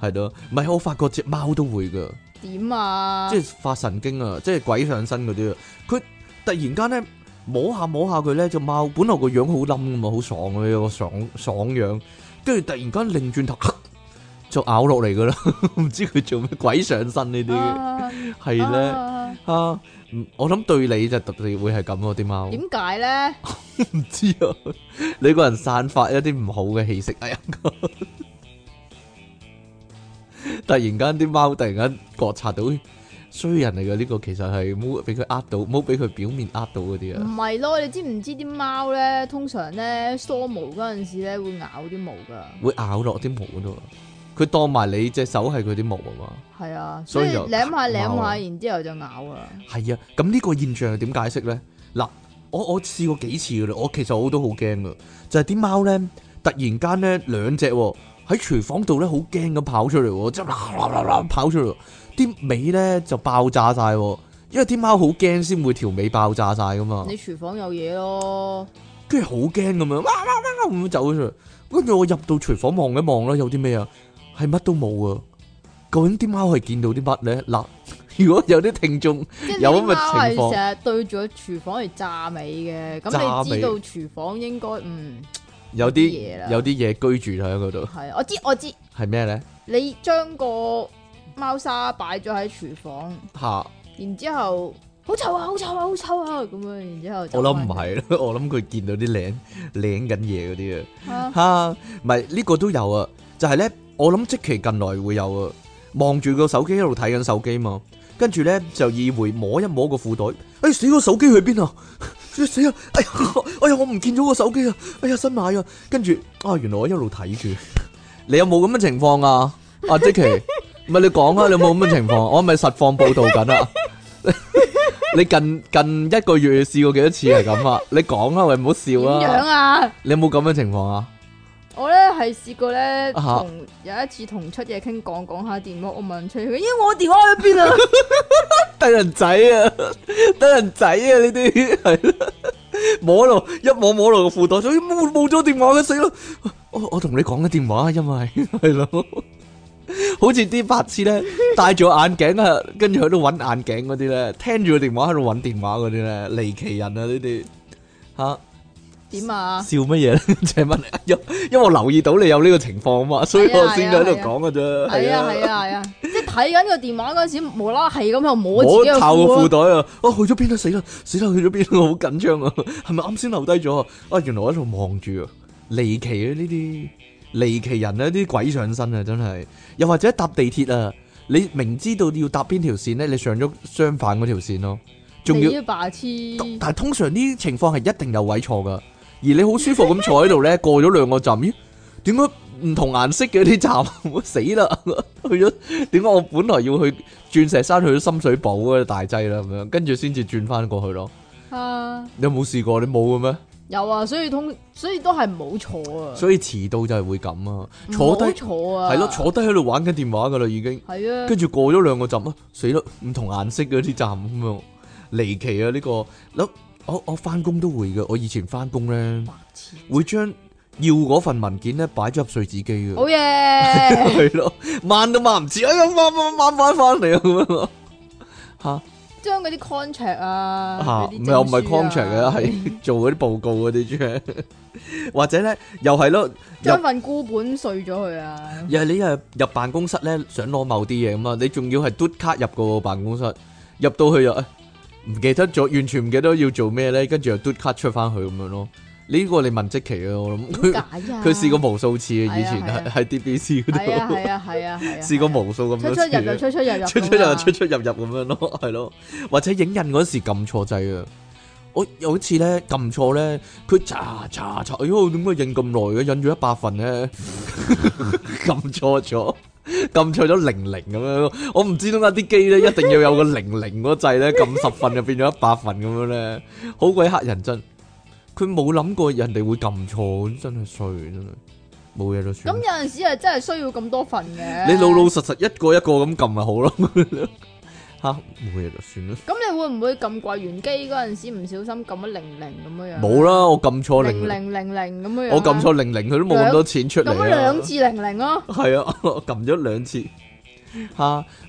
係咯，唔係我發覺只貓都會噶，點啊即？係發神經啊，即係鬼上身嗰啲啊，佢突然間咧摸下摸下佢咧只貓，本來個樣好冧噶嘛，好爽嘅有個爽爽樣，跟住突然間擰轉頭就咬落嚟噶啦， 唔知佢做咩鬼上身呢啲，啊係咧啊啊，嗯我諗對你就特別會係咁咯，啲貓。點解咧？唔知啊，你個人散發一啲唔好嘅氣息，哎呀！突然間啲貓突然間覺察到咦衰人嚟嘅呢個，其實係冇俾佢呃到，冇俾佢表面呃到嗰啲唔啊，係咯，你知唔知啲貓咧？通常咧梳毛嗰陣時咧會咬啲毛㗎。會咬落啲毛嗰度啊。佢當埋你隻手係佢啲毛啊嘛。係啊，所所以以就舐下舐咬啊下，然之後就咬啊。係啊，咁呢個現象又點解釋咧？嗱，我我試過幾次噶啦，我其實我都好驚噶，就係啲貓咧，突然間咧兩隻喎喺廚房度咧好驚咁跑出嚟喎，即係啦啦啦啦跑出嚟喎，啲尾咧就爆炸晒喎，因為啲貓好驚先會條尾爆炸晒噶嘛你，廚房有嘢咯，跟住好驚咁樣，哇哇哇咁樣走咗出嚟，跟住我入到廚房望一望啦，有啲咩啊？係乜都冇啊！究竟啲貓係見到啲乜咧？嗱， 如果有啲聽眾即係有呢咁嘅啲貓情況係成日對住個廚房嚟炸尾嘅，炸咁你尾知道廚房應該嗯有有啲嘢啲啦有啲嘢居住喺嗰度，係，我知我知，係咩咧？你將個貓砂擺咗喺廚房，吓，然之後好臭啊，好臭啊，好臭啊咁樣，然之後就我諗唔係啦， 我諗佢見到啲領領緊嘢嗰啲啊。啊，吓，唔係呢個都有啊，就係咧，我諗即期近來會有啊，望住個手機一路睇緊手機嘛，跟住咧就以為摸一摸個褲袋，哎死個手機去邊啊？ 哎死啊！哎呀， 哎呀，我唔見咗個手機啊！哎呀，新買啊！跟住啊，原來我一路睇住， 你有冇咁嘅情況啊？啊，即期，唔係你講啊，你有冇咁嘅情況？我係咪實況報導緊啊？ 你近近一個月試過幾多次係咁啊？你講啊，喂，唔好點笑樣啊！啊？你有冇咁嘅情況啊？我咧係試過咧，啊哈同有一次同出嘢傾講講下電話，我問出佢，咦我電話喺邊 啊？得人仔啊， 得人仔啊！呢啲 系摸落一摸摸落個褲袋，所以冇冇咗電話嘅死咯！我我同你講緊電話啊，因為 係咯，好似啲白痴咧戴住個眼鏡啊，跟住喺度揾眼鏡嗰啲咧，聽住個電話喺度揾電話嗰啲咧，離奇人啊呢啲吓。點啊？笑乜嘢咧？ 就係問你，因因為我留意到你有呢個情況啊嘛，所以係啊我先喺度係啊講嘅啫。係啊係啊係啊！即係睇緊個電話嗰陣時，無啦啦係咁又摸自我己個靠個褲褲啊，袋啊！啊去咗邊啊？死啦死啦！去咗邊啊？我好緊張啊！係咪啱先留低咗啊？啊原來我喺度望住啊！離奇啊呢啲離奇人啊，啲鬼上身啊真係！又或者搭地鐵啊，你明知道要搭邊條線咧，你上咗相反嗰條線咯，仲要你。啲白痴。但係通常呢啲情況係一定有位坐噶，而你好舒服咁坐喺度 咧，過咗兩個站，咦？點解唔同顏色嘅呢站？ 我死啦！去咗點解我本來要去鑽石山，去咗深水埗啊大劑啦咁樣，跟住先至轉翻過去咯。啊，你有冇試過？你冇嘅咩？有啊，所以通所以都係唔好坐啊，所以遲到就係會咁啊！唔坐好低坐啊，係咯，坐低喺度玩緊電話噶啦已經，係啊，跟住過咗兩個站啊，死啦！唔同顏色嘅呢站咁樣，離奇啊呢個！嗱我我翻工都會嘅，我以前翻工咧。白痴，會將要嗰份文件咧擺咗入碎紙機好嘅，嘢， 係咯，掹都掹唔切，哎呀，掹掹掹翻翻嚟啊咁樣咯，吓將嗰啲 contract 啊，吓，嗰啲唔係我唔係證書啊 contract 嘅，係做嗰啲報告嗰啲啫， 或者咧又係咯，又將份孤本碎咗 佢啊，又係你入入辦公室咧想攞某啲嘢咁啊，你仲要係嘟卡入個辦公室，入到去又哎唔記得咗，完全唔記得要做咩咧，跟住又嘟卡出翻去咁樣咯，呢個你問即期啊，我 諗佢點解啊？佢試過無數次係嘅，啊以前係啊喺喺 DBC 嗰係啊度係啊係啊係啊，試過無數咁出多出次入入嘅，出出入入出出入入出出，出入入咁樣咯，係咯，或者影印嗰時撳錯掣啊！我有一次咧撳錯咧，佢查查查，哎呦點解印咁耐嘅？印咗一百份咧，撳錯咗。撳錯咗零零咁樣，我唔知點解啲機咧一定要有個零零嗰掣咧，撳十份就變咗一百份咁樣咧，好鬼黑人憎。佢冇諗過人哋會撳錯，真係衰，真係冇嘢都咁算有。陣時係真係需要咁多份嘅，你老老實實一個一個咁撳咪好咯，吓冇嘢就算啦。咁你會唔會撳櫃員機嗰陣時唔小心撳咗零零咁樣樣？ 冇啦，我撳錯零零零，零零零咁樣樣啊，我撳錯零零，佢都冇咁多錢出嚟咁啊。兩次零零咯，係啊， 我撳咗兩次吓，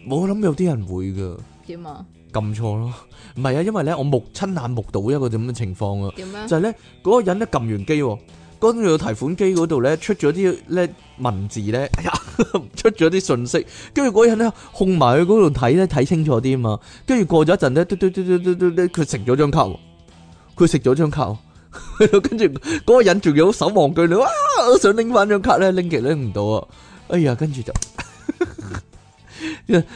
冇諗有啲人會噶點啊？撳錯咯。唔係啊，因為咧我目親眼目睹一個咁嘅情況啊，點咧？就係咧嗰個人咧撳完機喎，跟住個提款機嗰度咧出咗啲咧文字咧， 哎呀出咗啲信息，跟住嗰個人咧控埋去嗰度睇咧睇清楚啲啊嘛，跟住過咗一陣咧，嘟嘟嘟嘟嘟嘟嘟，佢食咗張卡喎，佢食咗張卡喎。跟住嗰個人仲有手忙腳亂，哇！我想拎翻張卡咧，拎極拎唔到啊！哎呀，跟住就，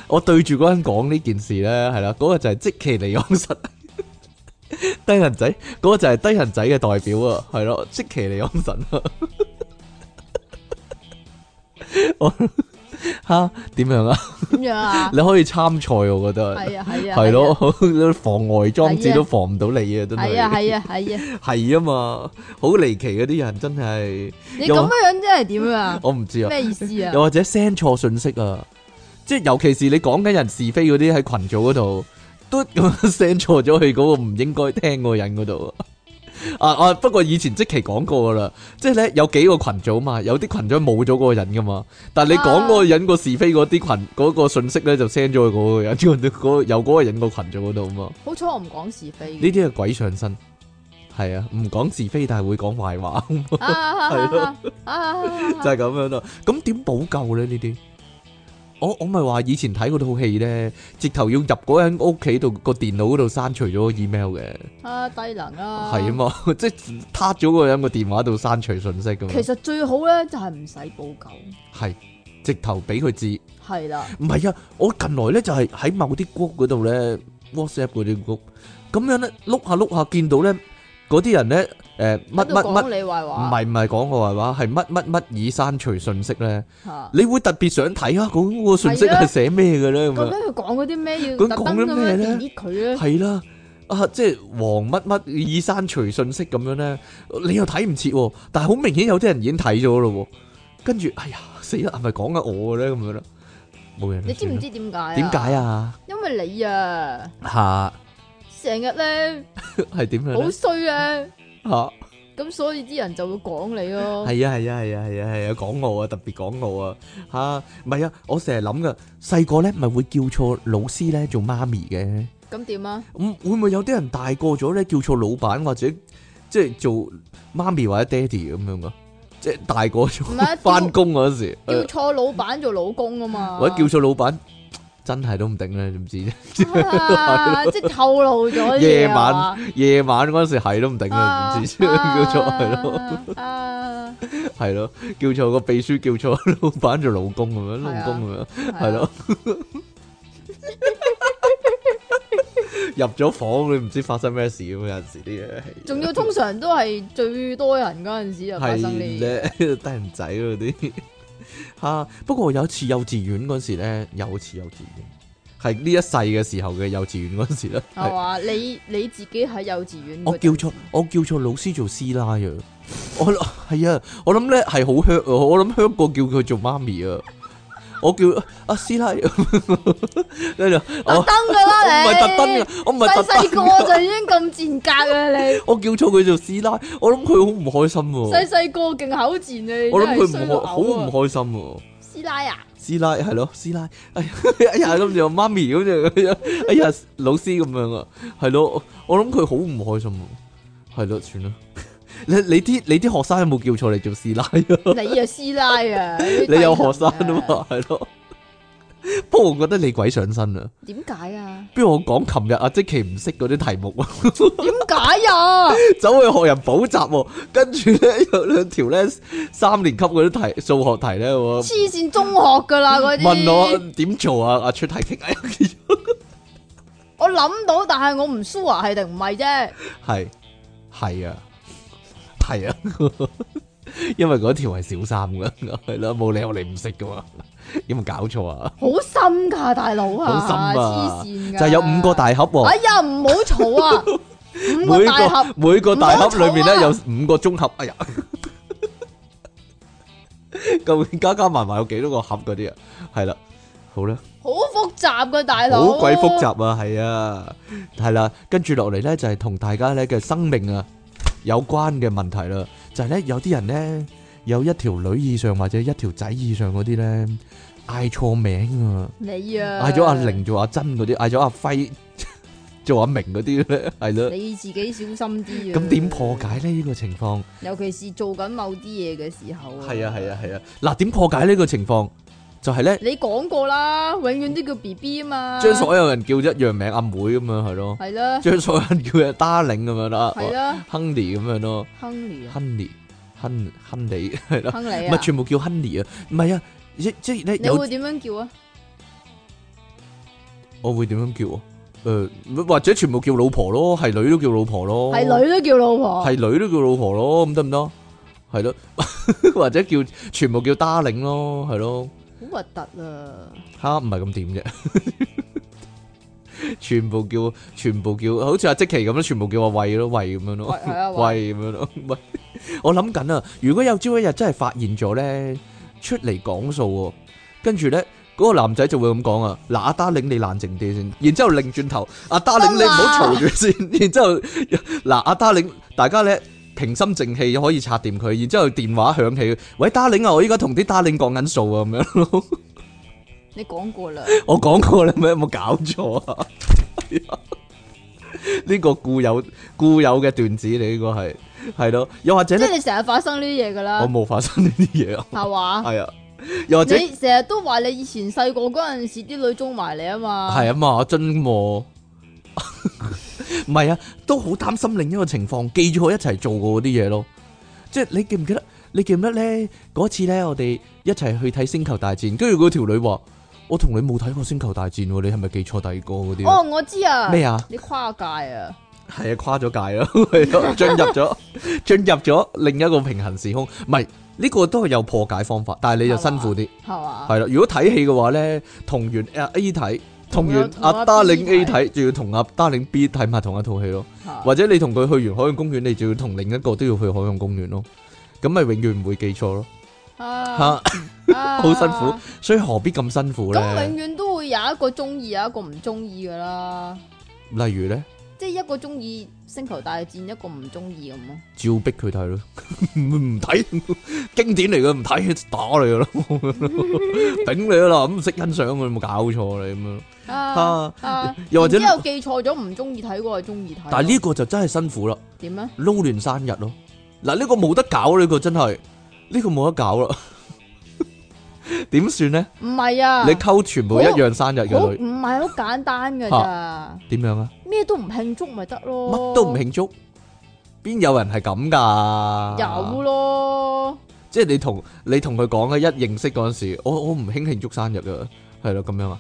我對住嗰個人講呢件事咧，係啦，嗰、個就係即其尼昂實 低人仔，嗰、個就係低人仔嘅代表啊，係咯，即其尼昂神啊， 我 吓點樣啊？點樣啊？你可以參賽，我覺得係啊係啊，係咯，防外裝置係啊都防唔到你啊，真係啊，係係啊係啊係啊，係啊嘛，好離奇啊嗰啲人真係，你又咁樣樣真係點啊？我唔知啊。咩意思啊又？或者 send 錯信息啊，即係尤其是你講緊人是非嗰啲喺群組嗰度，都咁樣 send 錯咗去嗰個唔應該聽嗰個人嗰度啊，啊啊！不過以前即期講過噶啦，即係咧有幾個群組嘛，有啲群組冇咗嗰個人噶嘛，但係你講嗰個人個是非嗰啲群嗰個信息咧就 send 咗去嗰個人 嗰個有嗰個人個群組嗰度啊嘛，好彩我唔講是非呢嘅。啲係鬼上身，係啊，唔講是非但係會講壞話，啊啊係咯啊啊啊 就啊係咁樣咯。咁點補救咧呢啲？我我咪話以前睇嗰套戲咧，直頭要入嗰個人屋企度個電腦嗰度刪除咗個 email 嘅，啊！低能啊！係啊嘛， 即係撻咗嗰個人個電話度刪除信息咁樣其。實最好咧就係唔使報告，系直頭俾佢知。係啦，唔係啊，我近來咧就係喺某啲 group 嗰度咧，WhatsApp 嗰啲 group，咁樣咧碌下碌下，見到咧嗰啲人咧，诶乜喺度乜乜，講唔你壞話，係唔係講我壞話，係乜乜乜已刪除信息咧，嚇你會特別想睇下嗰個信息係寫咩嘅咧咁究樣竟。佢講嗰啲咩要咁特講登啲咁咩樣咧 delete 佢咧？係啦。啊，即係黃乜乜已刪除信息咁樣咧，你又睇唔切喎，但係好明顯有啲人已經睇咗咯喎，跟住哎呀死啦，係咪講緊我嘅咧咁樣啦？冇人。你知唔知點解啊？點解？啊？因為你啊，吓成日咧係點樣好咧？衰咧，吓咁所以啲人就會講你咯。係啊係啊係啊係啊係啊，港澳啊，特別港澳啊吓，唔係啊，我成日諗噶，細個咧咪會叫錯老師咧做媽咪嘅，咁點啊？咁會唔會有啲人大個咗咧叫錯老闆或者即係做媽咪或者爹哋咁樣噶？即係大個唔係咗啊翻工嗰時，叫呃錯老闆做老公啊嘛，或者 叫錯老闆，真係都唔定咧，知唔知啫？啊即係透露咗夜嘢啊晚夜晚嗰時係都唔定咧，唔知 啫叫錯啊係咯。咯， 啊系咯，叫錯個秘書，叫錯老闆做老公咁樣，係啊老公咁樣，係係 咯。入咗房，你唔知發生咩事咁，有陣時啲嘢係仲要通常都係最多人嗰陣時就發生係呢，咧，得人仔嗰啲吓。不過有一次幼稚園嗰時咧，有一次幼稚園係呢一世嘅時候嘅幼稚園嗰時啦，係係嘛？你你自己喺幼稚園嗰我陣，叫錯，我叫錯老師做師奶啊！我係啊，我諗咧係好 hurt 啊！我諗 hurt 過叫佢做媽咪啊！我叫阿師奶，跟住我特哦 我登噶唔啦你，係特登啊，哦我唔係特細登細個就已經咁賤格啊 你，我叫錯佢做師奶，我諗佢好唔開心細喎，細個勁口賤啊你，我諗佢唔真係衰開到好唔嘔啊！開心喎。師奶啊，師奶係咯，師奶，哎呀， 哎呀，諗住我媽咪咁樣， 哎呀，老師咁樣啊，係咯，我諗佢好唔開心啊，係咯，算啦。 你你啲你啲學生有冇叫錯你做師奶啊？你啊師奶啊， 你有學低生能啊嘛，係咯。不過我覺得你鬼上身啊！點解啊？不如我講琴日阿即奇唔識嗰啲題目啊， 點解啊？走去學人補習喎，跟住咧有兩條咧三年級嗰啲題數學題咧，我黐線中學噶啦嗰啲。問我點做啊？阿出題 傾哎呀我諗到，但係我唔 sure 係定唔係啫。系系啊，系 啊，因为嗰条系小三噶，系啦，冇理由你唔识噶嘛，有冇搞错啊？好深噶，大佬好深啊，啊黐線噶。就係有五个。大盒哎喎，呀，唔好 嘈啊！五每個大盒个每个大盒里面咧唔有好五个中盒，哎 呀，究竟加加埋埋有几多个盒嗰啲啊？系啦，好啦。好複雜噶，大佬。好鬼複。雜啊，係啊，係啦，跟住落嚟呢，就係同大家呢嘅生命啊有關嘅問題啦，就係呢，有啲人呢，有一條女以上或者一條仔以上嗰啲呢，嗌錯名啊，你啊，嗌咗阿。玲做阿珍嗰啲，嗌咗阿輝 做阿明嗰啲呢，係咯，你自己小心啲啊！咁點破？解呢？呢個情況尤其是做緊某啲嘢嘅時候。係啊係啊。係啊，嗱點破解呢個情況就係呢，你講過啦，永遠都叫 B B 啊嘛。將所有人叫一樣名阿妹咁樣係咯，係啦，將所有人叫阿 darling 咁樣啦係啦，Honey 咁樣咯。，Henry 啊， Honey、Hun、Honey 係啦，亨利唔係啊，全部叫 Honey à. 啊，唔係啊，即即係咧你有會點樣叫啊？我會點樣叫啊？誒、或者全部叫老婆咯，係女都叫老婆咯，係女都叫老婆。哦係女都叫老婆咯，咁得唔得？係 咯，或者叫全部叫 darling 咯，係咯，好核突 啊！吓唔係咁 點啫？全部叫，全部叫，好似阿即奇咁樣，全部叫阿慧咯，慧咁樣咯喂，係啊，喂喂，咁樣咯， 喂，我諗緊啊，如果有朝一日真係發現咗咧，出嚟講數喎，跟住咧嗰個男仔就會咁講啊，嗱，打領你冷靜啲先，然之後擰轉頭，阿打領 你唔好嘈住先，然之後嗱，阿打領大家咧平心靜氣可以拆掂佢，然之後電話響起，喂，打領啊，我依家同啲打領講緊數啊，咁樣 咯。你講過啦，我講過啦咩？有冇搞錯啊？係啊 呢個固有固有嘅段子，你呢個係係咯，又或者即咧，係你成日發生呢啲嘢噶我啦，冇發生呢啲嘢啊，係嘛？係啊，又或者你成日都話你以前細個嗰陣時啲女中埋你啊嘛，係啊嘛，真喎， 唔係啊，都好擔心另一個情況，記住我一齊做過嗰啲嘢咯，即係你記唔記得？你記唔記得咧？嗰次咧，我哋一齊去睇《星球大戰》，跟住嗰條女話：我同你冇睇過《星球大戰》喎，你係咪記錯第二個嗰啲啊哦，？我知啊，咩啊？你跨界啊，系啊，跨咗界咯，係咯進入咗進入咗另一個平行時空。唔係呢個都係有破解方法，但係你就辛苦啲。係嘛？係啦，如果睇戲嘅話咧，同完阿 A 睇，同有完同阿阿 Darling B A 睇，仲要同阿 Darling B 睇埋同一套戲咯。嚇或者你同佢去完海洋公園，你就要同另一個都要去海洋公園咯。咁咪永遠唔會記錯咯。啊 吓，好辛苦啊，所以何必咁辛苦咁咧永？遠都會有一個中意，有一個唔中意噶啦，例如咧，即係一個中意星球大戰，一個唔中意咁咯。照逼佢 睇咯，唔睇經典嚟嘅唔睇，打你噶咯， 頂你啦，咁唔識欣賞佢，有冇搞錯你咁樣。啊啊，啊，又或者然之後記錯咗唔中意睇嗰個係中意睇咯，但係呢個就真係辛苦啦，點啊咧？撈亂生日咯。嗱，呢個冇得搞，呢個真係，呢個冇得搞 啦。點算呢？唔係啊，你溝全部一樣生日好嘅唔女，係好簡單噶咋，點樣啊？咩都唔慶祝咪得咯，乜都唔慶啊祝，邊有人係咁噶？有咯，即係你同你同佢講嘅一認識嗰陣時，我我唔興慶祝生日噶，係咯咁樣啊？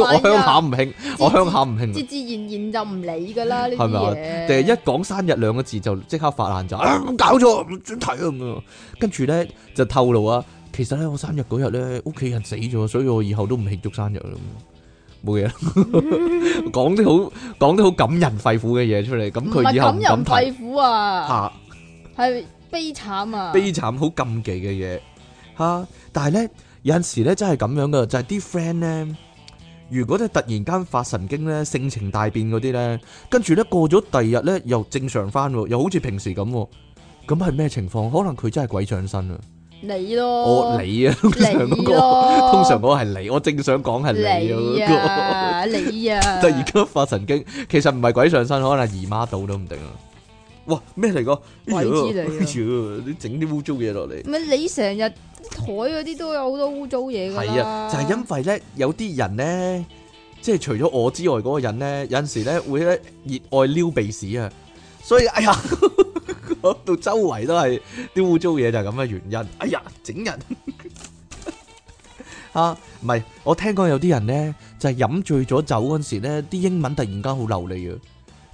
我係鄉下啊，唔興，我鄉下唔興自，自然然就唔理噶啦呢係啲咪啊？嘢，定係一講生日兩個字就即刻發爛渣，啊搞錯唔准睇啊咁啊！跟住咧就透露啊，其實咧我生日嗰日咧屋企人死咗，所以我以後都唔慶祝生日啦。咁 冇嘢啦，講啲好講啲好感人肺腑嘅嘢出嚟，咁唔佢以係後感唔敢人提肺腑啊，嚇係悲慘啊，悲慘好禁忌嘅嘢嚇。但係咧有陣時咧真係咁樣噶，就係啲 friend 咧。如果咧突然間發神經咧，性情大變嗰啲咧，跟住咧過咗第二日咧又正常翻喎，又好似平時咁喎，咁係咩情況？可能佢真係鬼上身啊！你咯，我 你啊，通常嗰哦你個，咯，通常嗰個係你，我正想講係你你啊啊，你啊， 嗰個，突然間發神經，其實唔係鬼上身，可能係姨媽到都唔定啊！哇，咩嚟個？鬼知你啊哎呀你整啲污糟嘢落嚟。咪你成日台嗰啲都有好多污糟嘢噶係啊，就係因為咧，有啲人咧，即係除咗我之外嗰個人咧，有陣時咧會咧熱愛撩鼻屎啊，所以哎呀，講到周圍都係啲污糟嘢就係咁嘅原因。哎呀， 整人 啊，唔係，我聽講有啲人咧就係、飲醉咗酒嗰陣時咧，啲英文突然間好流利啊，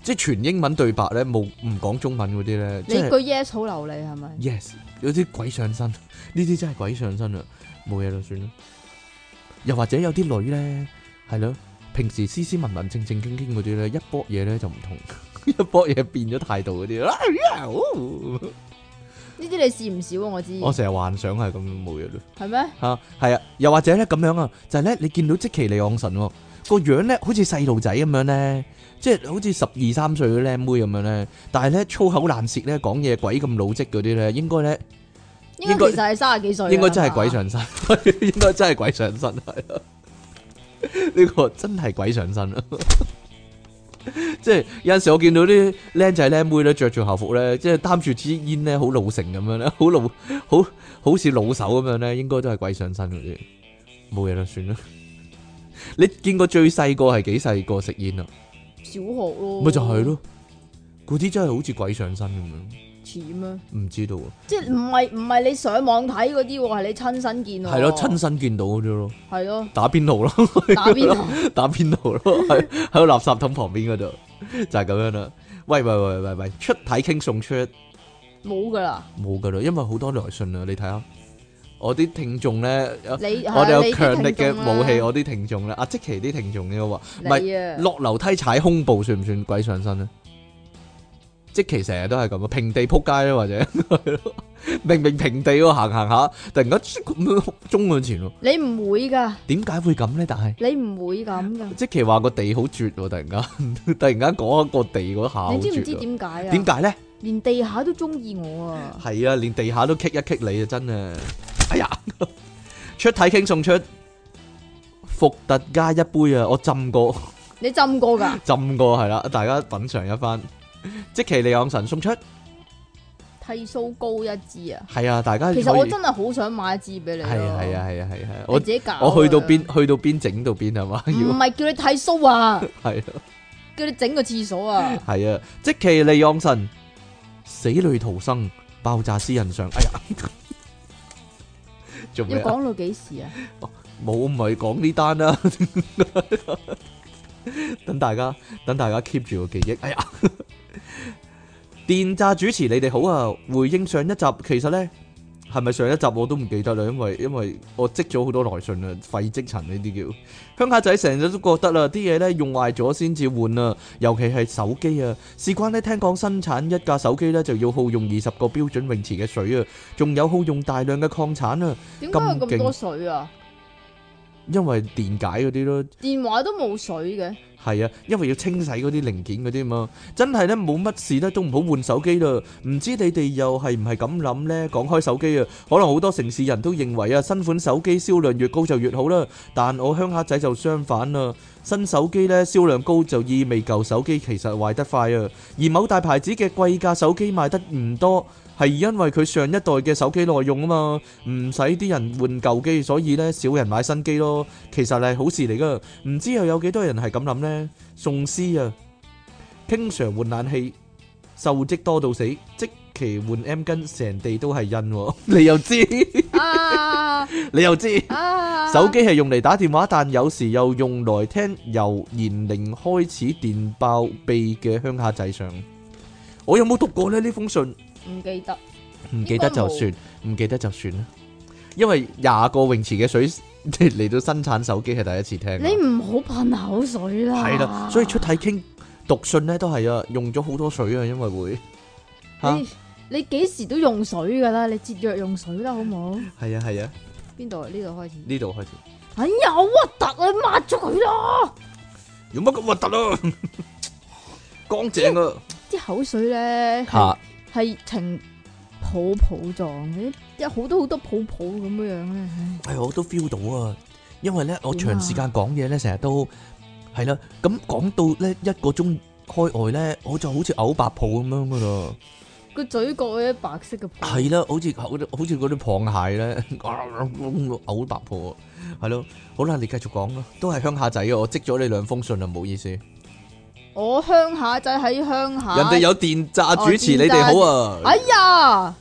即係全英文對白咧，冇唔講中文嗰啲咧，即你係句 yes 好流利係咪？ yes 有啲鬼上身，呢啲真係鬼上身啊！冇嘢就算啦。又或者有啲女咧，係咯，平時斯斯文文、正正經經嗰啲咧，一波嘢咧就唔同， 一波嘢變咗態度嗰啲啊呀哦呢啲你試唔少啊？我知我成日幻想係咁冇嘢咯係咩？吓，係啊。又或者咧咁樣啊，就係咧你見到即其利昂神喎，個樣咧好似細路仔咁樣咧，即係好似十二三歲嘅靚妹咁樣咧，但係咧粗口爛舌咧講嘢鬼咁老積嗰啲咧，應該咧。應該其實係三十幾歲㗎啦，應該真係鬼係嘛上身，應該真係鬼上身，係咯。呢個真係鬼上 身啦！ 即係有陣時我見到啲僆仔僆妹咧着住校服咧，即係擔住支煙咧，好老成咁樣咧，好老好好似老手咁樣咧，應該都係鬼上身嗰啲。冇嘢啦，算啦。你見過最細個係幾細個食煙啊？小學咯，咪就係，咯，嗰啲真係好似鬼上身咁樣，似咩？唔知道啊，即係唔係唔係你上網睇嗰啲喎，係你親身見喎，係咯，親身見到嗰啲咯，係咯，打邊爐咯。打邊爐打邊 爐咯，喺喺個垃圾桶旁邊嗰度，就係、咁樣啦。喂喂喂喂喂，出體傾送出冇㗎啦，冇噶啦，因為好多來信啊，你睇下我啲聽眾咧，有 你我哋有強強力嘅武器，我啲聽眾咧，阿即奇啲聽眾應該話，唔係你啊，落樓梯踩胸部算唔算鬼上身咧？即奇成日都係咁啊，平地撲街啦，或者係咯 明明平地喎，行行下，突然間咁樣中向前喎，你唔會噶，點解會咁咧？但係你唔會咁噶。即其話個地好絕喎，突然間， 突然間講一個地嗰下好你知唔知絕啊。點解啊？點解咧？連地下都中意我啊！係啊，連地下都棘一棘你啊，真啊！哎呀， 出體傾送出伏特加一杯啊！我浸過， 你浸過㗎？浸過係啦，大家品嚐一番。即其利昂神送出，剃鬚膏一支啊！係啊，大家其實我可以真係好想買一支俾你咯。係啊係啊係啊係啊，你我自己搞啊。嗯我去到邊去到邊整到邊係嘛？唔要係叫你剃鬚啊，係啊。叫你整個廁所啊！ 系啊，即其利昂神死里逃生，爆炸私人上，哎呀， 做要咩啊？講到幾時啊？冇唔系讲呢单 啦，等大家等大家 keep 住個記憶。哎呀，電炸主持你哋好啊！回應上一集，其實呢，係咪上一集我都唔記得啦，因為因為我積咗好多來信啦，廢積塵呢啲叫鄉下仔成日都覺得啦，啲嘢呢用壞咗先至換啊，尤其係手機啊。事關呢，聽講生產一架手機呢，就要耗用二十個標準泳池嘅水啊，仲有耗用大量嘅礦產啊，點解有咁勁咁多水啊？因為電解嗰啲咯。電話都冇水嘅，係啊，因為要清洗嗰啲零件嗰啲嘛，真係咧冇乜事咧都唔好換手機啦。唔知你哋又係唔係咁諗呢？講開手機啊，可能好多城市人都認為啊，新款手機銷量越高就越好啦。但我鄉下仔就相反啦，新手機呢銷量高就意味舊手機其實壞得快啊。而某大牌子嘅貴價手機賣得唔多。係因為佢上一代嘅手機耐用啊嘛，唔使啲人換舊機，所以呢，少人買新機咯。其實係好事嚟噶，唔知又有幾多人係咁諗呢？送詩啊，經常換冷氣，受積多到死，即期換 M 巾，成地都係印喎。 你又知，啊你又知。啊！手機係用嚟打電話，但有時又用來聽由年齡開始電爆秘嘅鄉下仔上。我有冇讀過呢？呢封信？唔記得，唔記得就算，唔記得就算啦。因為廿個泳池嘅水 嚟到生產手機係第一次聽啊。你唔好噴口水啦。係啦，所以出體傾讀信咧都係啊，用咗好多水啊，因為會嚇你你幾時都用水噶啦，你節約用水啦，好唔好？係啊係啊，邊度啊？呢度開始。呢度開始哎呀，好核突啊！你抹咗佢啦，有乜咁核突啊？乾淨啊！啲口水咧嚇係呈泡泡狀嘅，有好多好多泡泡咁樣樣咧。唉係我都 feel 到啊，因為咧我點啊長時間講嘢咧，成日都係啦，咁講到咧一個鐘開外咧，我就好似嘔白泡咁樣噶啦。個嘴角有啲白色嘅泡。係啦，好似好好似嗰啲螃蟹咧，嘔白泡啊，係咯，好啦，你繼續講啦，都係鄉下仔啊，我積咗你兩封信啊，唔好意思，人我鄉下仔喺鄉下。哋有電炸主持，你哋好啊，哎呀，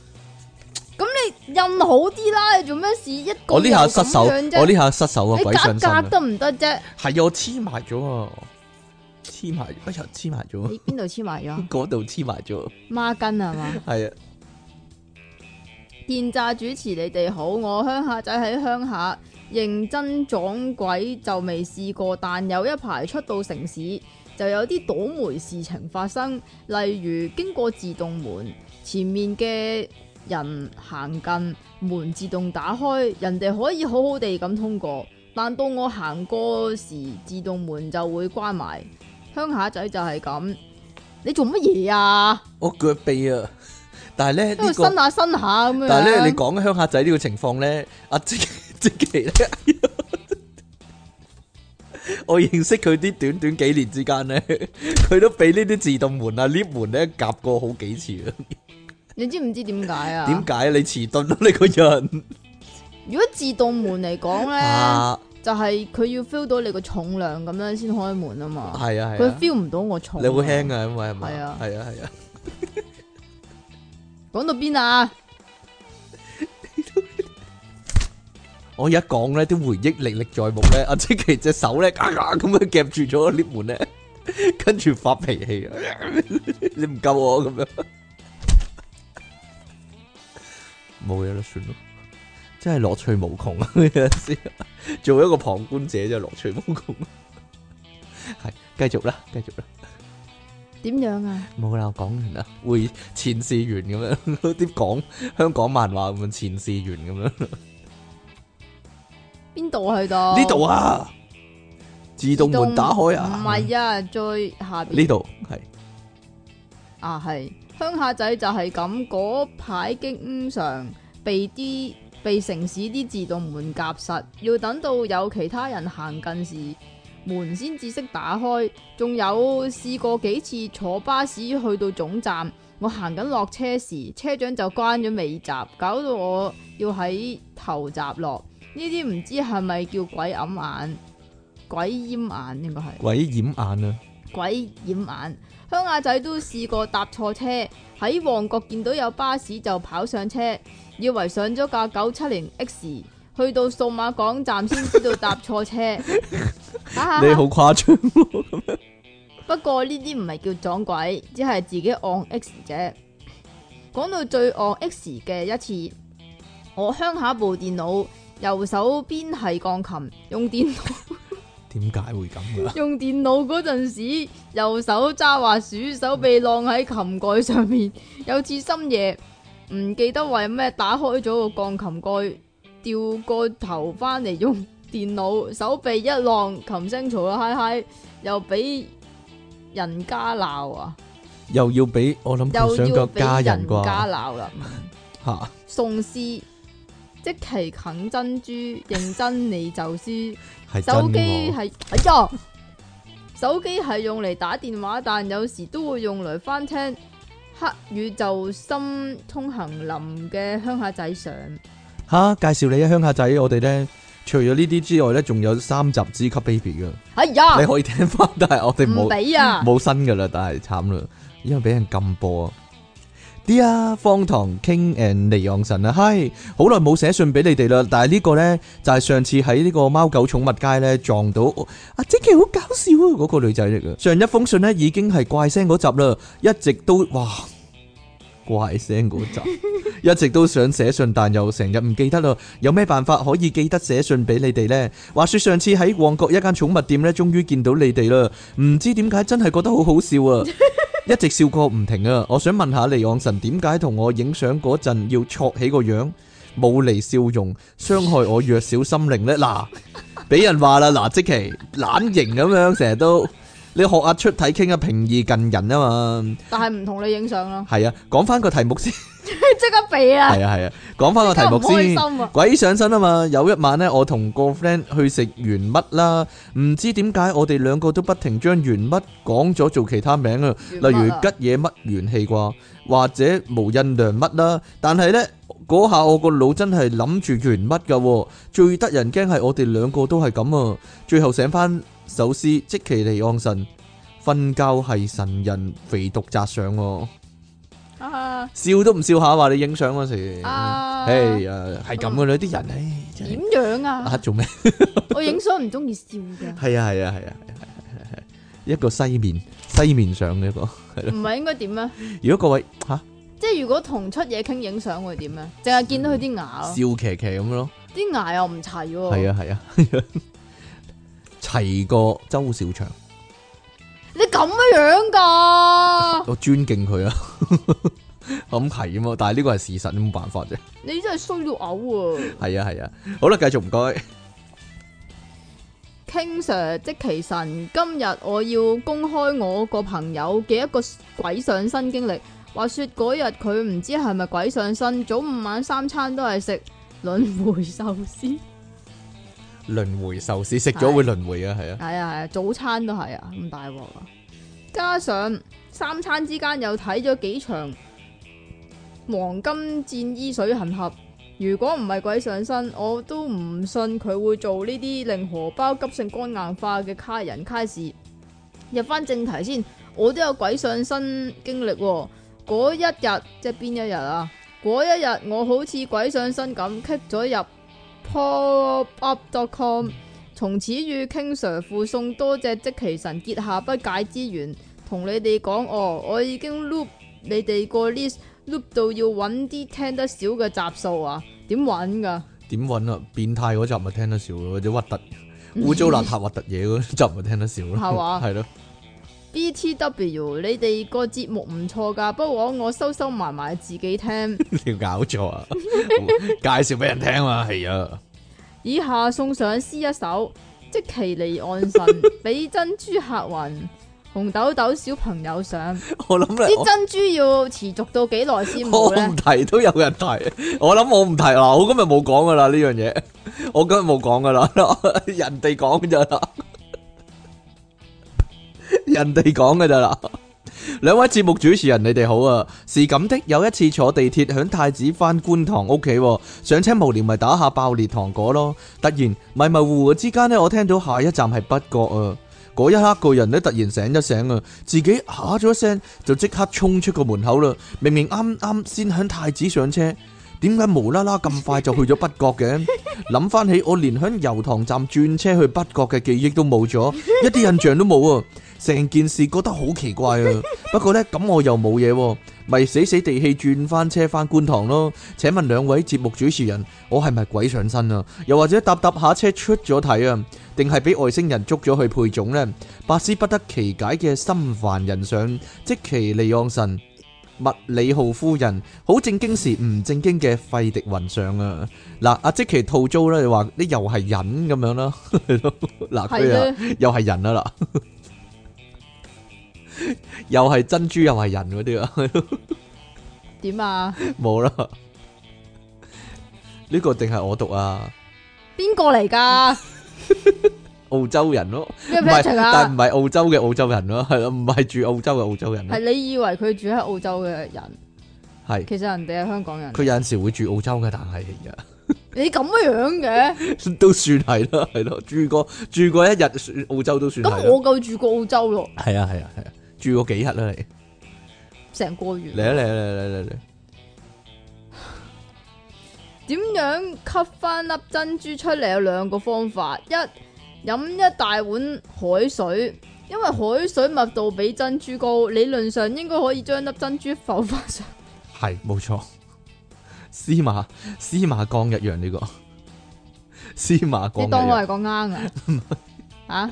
咁你印好啲啦，你做咩事一個我呢下又失哎咁手，樣啫我呢下失手啊，你鬼上身隔啊，隔得唔得啫？係啊，我黐埋咗啊，黐埋，哎呀，黐埋咗，你邊度黐埋咗？啊嗰度黐埋咗，孖筋啊嘛？係啊，電炸主持你哋好，我鄉下仔喺鄉下，認真撞鬼就未試過，但有一排出到城市就有啲倒霉事情發生，例如經過自動門，前面嘅人行近，門自動打開，人哋可以好好地咁通過，但到我行過時，自動門就會關埋。鄉下仔就係咁，你做乜嘢啊？我腳臂啊，但係咧喺度呢個伸。下伸下咁樣。但系咧，你講鄉下仔呢個情況咧，阿即 即奇咧，哎我認識佢啲短短幾年之間咧， 佢都俾呢啲自動門啊、lift 門咧夾過好幾次啊。你知唔知點解啊？點解你遲鈍咯？你個人如果自動門嚟講咧，啊，就係佢要 feel 到你個重量咁樣先開門啊嘛。係啊係佢啊， feel 唔到我重。你好輕。啊，因為係咪？係啊係啊係啊，講到邊啊？我一講咧，啲回憶歷歷在目咧。阿即奇隻手咧，嘎嘎咁樣夾住咗個 lift 門 咧，跟住發脾 氣啊！你唔夠我咁樣，冇嘢啦，算咯。真係樂趣無 窮啊！有陣時做一個旁觀者真係樂趣無窮。係繼續啦，繼續啦。点样啊？冇啦，我講完啦， 會前事完咁樣， 嗰啲講香港漫畫咁樣前事完咁樣，呢边度去到？度啊，自動門打開啊，唔系啊，最下边呢度係啊，系鄉下仔就係咁，嗰排經常被啲被城市啲自動門夾實，要等到有其他人行近時，門先至識打開。仲有試過幾次坐巴士去到總站，我行緊落車時，車長就關咗尾閘，搞到我要喺頭閘落。呢啲唔知係咪叫鬼揞眼、鬼掩眼應該係。鬼掩眼啊，鬼掩眼。鄉下仔都試過搭錯車，喺旺角見到有巴士就跑上車，以為上咗架九七零 X，去到數碼港站先知道搭 錯車。哈哈你好誇張 喎，不過呢啲唔係叫撞鬼，只係自己按 X 啫。講到最按 X 嘅一次，我鄉下部電腦右手邊係鋼琴，用電點解會咁啊噶？用電腦嗰陣時，右手揸滑鼠，手臂晾喺琴蓋上面。有次深夜唔記得為咩打開咗個鋼琴蓋，掉個頭翻嚟用電腦，手臂一晾，琴聲嘈到嗨嗨，又俾人家鬧啊！又要俾我諗佢又想要個俾家人家啩鬧啦！吓，宋詩即其啃珍珠，認真你就輸。係真手機喎，係哎呀，手機係用嚟打電話，但有時都會用嚟翻聽黑雨就心通行林嘅鄉下仔相。吓介紹你啊，鄉下仔，我哋咧除咗呢啲之外咧，仲有三集之級 baby 噶。哎呀你，可以聽翻，但係我哋唔冇俾啊！冇新噶啦，但係慘啦，因為俾人禁播啊。啲啊，方唐 King and 尼昂神啊，嗨，好耐冇寫信俾你哋啦，但係呢個呢，就係上次喺呢個貓狗寵物街呢撞到阿即奇好搞笑啊，嗰、個女仔嚟嘅。上一封信呢已經係怪聲嗰集啦，一直都哇怪聲嗰集，一直都想寫信，但又成日唔記得啦。有咩辦法可以記得寫信俾你哋呢？話說上次喺旺角一間寵物店呢，終於見到你哋啦，唔知點解真係覺得好好笑 啊！一直笑個唔停啊！我想問下尼昂神點解同我影相嗰陣要戳起個樣，冇嚟笑容，傷害我弱小心靈呢？嗱，俾人話啦，嗱，即其懶型咁樣，成日 都你學下出體傾啊，平易近人啊嘛， 但係唔同你影相咯，係啊，講翻個題目先，即刻俾啊！係啊係啊，講翻個即題刻唔目開先。心啊！鬼上身啊嘛！有一晚呢，我同個 friend 去食圓乜啦，唔知點解我哋兩個都不停將圓乜講咗做其他名啊，圓例如乜啊吉野乜元氣啩，或者無印良乜啦。但係呢，嗰下我個腦真係諗住圓乜噶喎，最得人驚係我哋兩個都係咁啊！最後醒翻首詩，即其尼昂神，瞓覺係神人肥毒宅上喎，啊笑都唔笑下話你影相嗰時，啊，哎呀係咁噶啦，啲人唉真係點樣啊啊？做 咩？我影相唔中意笑嘅，係啊係啊係啊係啊係啊係啊一個西面西面上嘅一個。唔係應該點啊？如果各位吓即係如果同出嘢傾影相會點啊？淨係見到佢啲牙笑咯，騎騎咁咯，啲牙又唔齊喎。係啊係啊係啊， 齊過周小祥，你咁樣噶？我尊敬佢啊。 咁係啊嘛，但係呢個係事實，冇辦法啫。你真係衰到嘔啊！係啊係啊，好啦，繼續唔該。 King Sir 即其神，今日我要公開我個朋友嘅一個鬼上身經歷。話說嗰日佢唔知係咪鬼上身，早午晚三餐都係食輪迴壽司，係輪迴壽司食咗會輪迴啊，係啊，啊係啊，早餐都係啊，咁大鑊啊！加上三餐之間又睇咗幾場黃金戰衣水痕合，如果唔係鬼上身，我都唔信佢會做呢啲令荷包急性肝硬化嘅卡人卡事。入翻正題先，我都有鬼上身經歷喎、嗰一日即係邊一日啊？嗰一日我好似鬼上身咁，棘咗入 popup.com，從此與 King Sir 附送多隻即其神結下不解之緣，同你哋講哦，我已經 loop 你哋個 list loop 到要揾啲聽得少嘅集數啊，點揾噶？點揾啊？變態嗰集咪聽得少咯，或者核突、污糟邋遢、核突嘢嗰集咪聽得少咯，係嘛係咯， B T W，你哋個節目唔錯噶，不過我收收埋埋自己聽。你搞錯啊！ 介紹俾人聽嘛，係啊，以下送上詩一首，即其離岸神俾珍珠客雲，紅豆豆小朋友上。我諗咧，啲珍珠要持續到幾耐我先冇我唔呢？提都有人提，我諗我唔提啦，我今日冇講噶啦呢樣嘢， 我今日冇講噶啦， 人哋講噶咋啦， 人哋講噶咋啦。兩位節目主持人，你哋好啊！是咁的，有一次坐地鐵響太子翻觀塘屋企喎，上車無聊咪打下爆裂糖果咯。突然迷迷糊糊之間呢，我聽到下一站係北角啊！嗰一刻個人呢，突然醒一醒啊，自己嚇咗一聲，就即刻衝出個門口啦。明明啱啱先響太子上車，點解無啦啦咁快就去咗北角嘅？諗翻起我連響油塘站轉車去北角嘅記憶都冇咗，一啲印象都冇啊！成件事覺得好奇怪啊！ 不過呢，咁我又冇嘢喎，咪死死地氣轉翻車翻觀塘咯。請問兩位節目主持人，我係咪鬼上身啊？又或者搭搭下車出咗體啊？定係俾外星人捉咗去配種呢？百思不得其解嘅心煩人上，即其利昂神。物理浩夫人好正經時唔正經嘅費迪雲上啊！嗱，阿即其套租啦，你話你又係人咁樣啦，嗱佢係啊呢， 又係人啦嗱，又係珍珠又係人嗰啲啊！ 點啊？冇啦。呢個定係我讀啊，邊個嚟 㗎？澳洲人咯，咩唔係， Patrick 但唔啊？係澳洲嘅澳洲人咯，係啦，唔係住澳洲嘅澳洲人咯，係你以為佢住喺澳洲嘅人，係其實人哋係香港人。佢有陣時會住澳洲嘅，但係 而你咁樣嘅，家都算係啦，係咯，住過住過一日澳洲都算係咁啦，我夠住過澳洲咯，係啊係啊係啊，住過幾日啦你，成個月。嚟啊嚟啊嚟啊嚟啊嚟啊點樣吸翻粒珍珠出嚟有兩個方法，一飲一大碗海水，因為海水密度比珍珠高，理論上應該可以將粒珍珠浮翻上。係冇錯，司馬司馬光一樣呢個，司馬光你一當我樣，係個啱 啊？啊，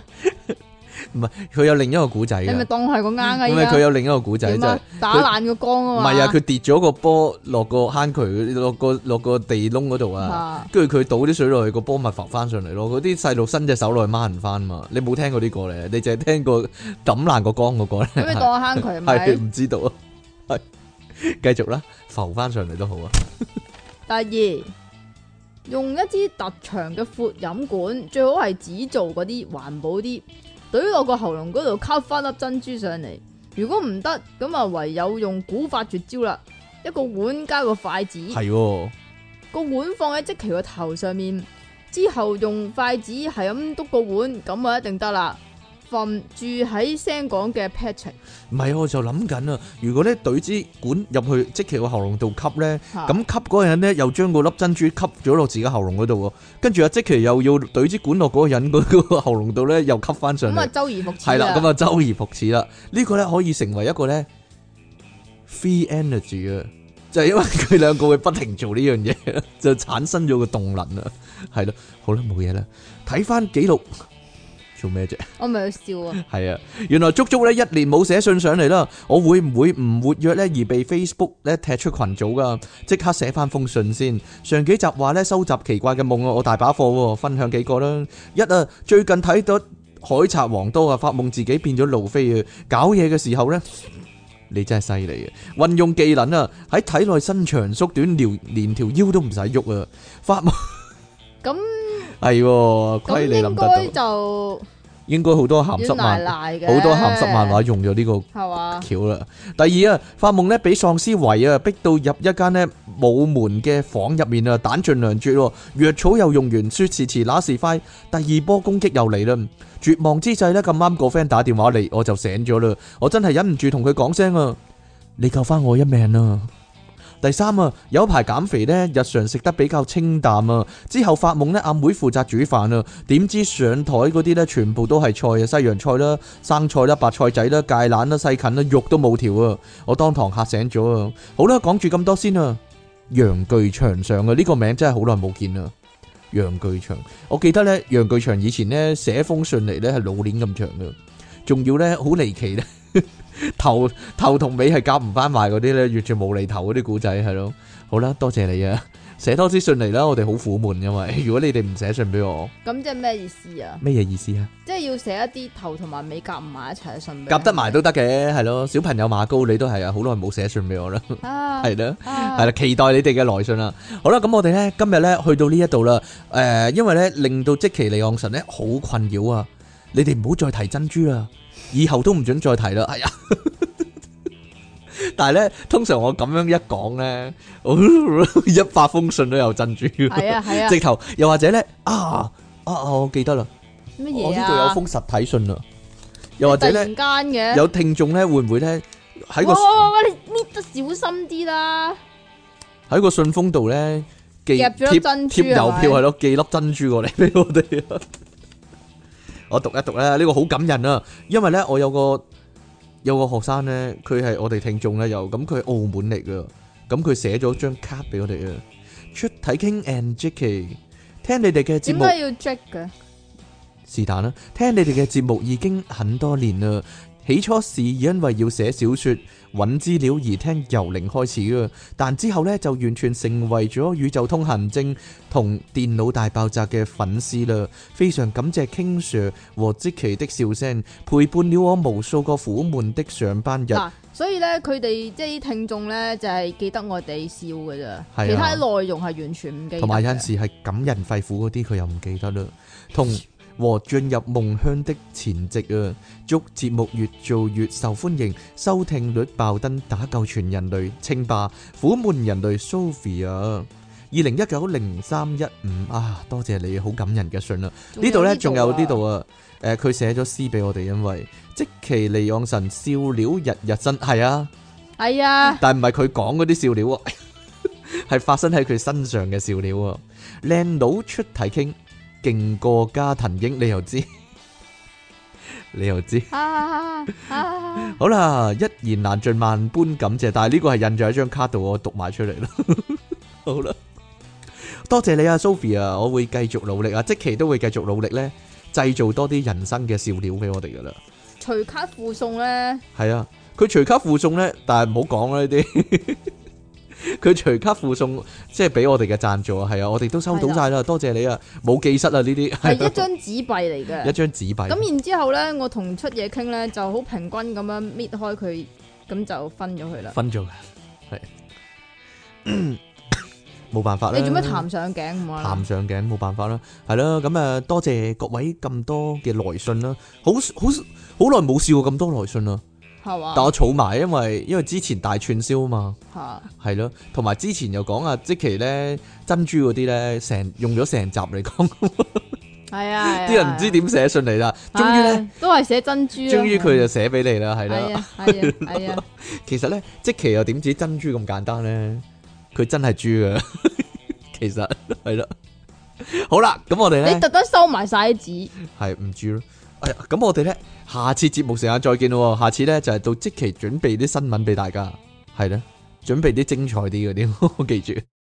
佢有另一個古仔你咪嘅，當我係個啱啊？因依為佢家有另一個古仔就點哎係啊。？打爛個缸啊唔嘛？係啊，佢跌咗個波落個坑渠，落個落個地窿嗰度啊， 啊跟住佢倒啲水落去，個波咪浮翻上嚟咯。嗰啲細路伸隻手落去掹唔翻嘛。你冇聽過呢個咧？你淨係聽過抌爛個缸嗰個咧？咁你當我坑渠係咪？唔知道啊？係繼續啦，浮翻上嚟都好啊。第二，用一支特長嘅闊飲管，最好係只做嗰啲環保啲，懟落個喉嚨嗰度吸翻粒珍珠上嚟。如果唔得，咁啊唯有用古法絕招啦，一個碗加個筷子，係喎，個碗放喺即奇個頭上面，之後用筷子係咁篤個碗，咁啊一定得啦。瞓住喺聲講嘅 Patrick，唔係我就諗緊啊。如果咧懟支管入去即其個喉嚨度吸咧，嚇咁吸嗰個人咧又將個粒珍珠吸咗落自己喉嚨嗰度喎。跟住阿即其又要懟支管落嗰個人嗰個喉嚨度咧，又吸翻上咁嚟啊。周而復始系啦，咁啊，啊周而復始啦。呢、個咧可以成為一個咧 free energy 啊，就係因為佢兩個會不停做呢樣嘢，就產生咗個動能啦。係咯，好啦，冇嘢啦。睇翻記錄做咩啫？我咪去笑啊，係啊，原來足足咧一年冇寫信上嚟啦。我會唔會唔活躍咧而被 Facebook 咧踢出群組噶？即刻寫翻封信先。上幾集話咧收集奇怪嘅夢啊，我大把貨喎，分享幾個啦。一啊，最近睇到海賊王多啊，發夢自己變咗路飛啊，搞嘢嘅時候咧。你真係犀利啊！運用技能啊，喺體內伸長縮短，連連條腰都唔使喐啊！發夢咁係喎，咁虧你諗應得該到，就應該好多啊鹹濕軟賴漫，賴嘅，好多鹹濕漫畫用咗呢個係嘛？巧啦。第二啊，發夢咧俾喪屍圍啊，逼到入一間咧冇門嘅房入面啊，彈盡糧絕喎，藥草又用完，説時遲那時快，第二波攻擊又嚟啦。絕望之際咧，咁啱個 friend 打電話嚟，我就醒咗啦。我真係忍唔住同佢講聲啊，你救翻我一命啊！第三啊，有一排減肥呢，日常食得比較清淡啊。之後發夢呢，阿妹負責煮飯啊，點知上台嗰啲呢，全部都係菜啊，西洋菜啦、 生菜啦、白菜仔啦、芥蘭啦、西芹啦，肉都冇條啊！我當堂嚇醒咗啊！好啦，講住咁多先啊。楊巨長上啊，呢、個名真係好耐冇見啦。楊巨長，我記得呢，楊巨長以前呢，寫封信嚟呢係老年咁長嘅，仲要咧好離奇咧，頭頭同尾係夾唔翻埋嗰啲咧，完全無厘頭嗰啲古仔係咯。好啦，多謝你啊，寫多啲信嚟啦，我哋好苦悶因為，如果你哋唔寫信俾我，咁即係咩意思啊？咩嘢意思啊？即係要寫一啲頭同埋尾夾唔埋一齊嘅信俾夾得埋都得嘅，係咯。小朋友馬高你都係啊，好耐冇寫信俾我啦，你啊，係啦。啊系啦，期待你哋嘅來信啦。好啦，咁我哋咧今日咧去到呢一度啦。诶、因為咧令到即其利昂神咧好困擾啊！你哋唔好再提珍珠啦，以後都唔准再提啦。係啊，但係咧，通常我咁樣一講咧，一百封信都有珍珠。係啊係啊直頭又或者咧啊啊！我記得啦，乜我嘢呢度有啊？封實體信啦。又或者突然咧，間嘅，有聽眾咧會唔會咧喺個哇哇哇！你搣得小心啲啦，喺個信封度咧寄夾咗貼粒珍珠貼郵票係咯，寄粒珍珠過嚟俾我哋。我讀一讀啦，呢個好感人啊！因為 咧，我有個有個學生咧，佢係我哋聽眾咧，又咁佢係澳門嚟噶，咁佢寫咗張卡俾我哋啊。出體傾 and Jacky，聽你哋嘅節點目解要 check 嘅？是但啦，聽你哋嘅節目已經很多年啦。起初是因為要寫小說、揾資料而聽由零開始嘅，但之後呢，就完全成為咗宇宙通行證同電腦大爆炸嘅粉絲啦。非常感謝 King Sir 和積奇的笑聲，陪伴了我無數個苦悶的上班日。嗱，所以咧，佢哋即係啲聽眾咧，就係記得我哋笑嘅咋，啊其他內容係完全唔記得嘅。同埋有陣時係感人肺腑嗰啲，佢又唔記得啦。同和進入夢鄉的前夕啊，祝節目越做越受歡迎，收聽率爆燈，打救全人類，稱霸苦悶人類 Sophie 啊！二零一九零三一五啊，多謝你好感人嘅信啦、仲有呢度呢，仲有啊呢度啊，誒、佢寫咗詩俾我哋，因為即其利昂神笑料日日新係啊。係啊，但唔係佢講嗰啲笑料啊，係發生喺佢身上嘅笑料啊！靚佬出題傾，勁過加藤英，你又 知，你又知。 啊啊！好啦，一言難盡，萬般感謝。但係呢個係印咗喺張卡度，我讀埋出嚟啦。 好啦，多謝你啊，Sophie 啊，我會繼續努力啊，即期都會繼續努力咧，製造多啲人生嘅笑料俾我哋噶啦。隨卡附送咧，系啊，佢隨卡附送咧，但系唔好講啦呢啲。 佢隨卡附送，即係俾我哋嘅贊助啊，係啊，我哋都收到晒啦，多謝你啊，冇記失啊呢啲，係係一啊張紙幣嚟 嘅一。張紙幣，咁然之後咧，我同出嘢傾咧，就好平均咁樣搣開佢，咁就分咗佢啦。分咗嘅，係 冇辦法啦。你做咩談上頸唔啊？談上頸冇辦法啦，係啦，咁啊多謝各位咁多嘅來信啦，好好好耐冇試過咁多來信啦，係嘛？但我儲埋，因為因為之前大串燒啊嘛。嚇係咯，同埋之前又講啊，即其咧珍珠嗰啲咧，成用咗成集嚟講，係啊！係 啊啲人唔知，點寫信嚟啦。係終啊於咧，都係寫珍珠啦。啊終於佢就寫俾你啦，係係啦。啊係 啊係啊！其實咧，即其又點止珍珠咁簡單咧？佢真係豬噶， 其實係啦。好啦，咁我哋你咧特登收埋晒啲紙，係唔豬咯。哎呀，咁我哋咧下次節目時間再見咯喎。下次咧就係到即期準備啲新聞俾大家，係啦，準備啲精彩啲嗰啲，記住。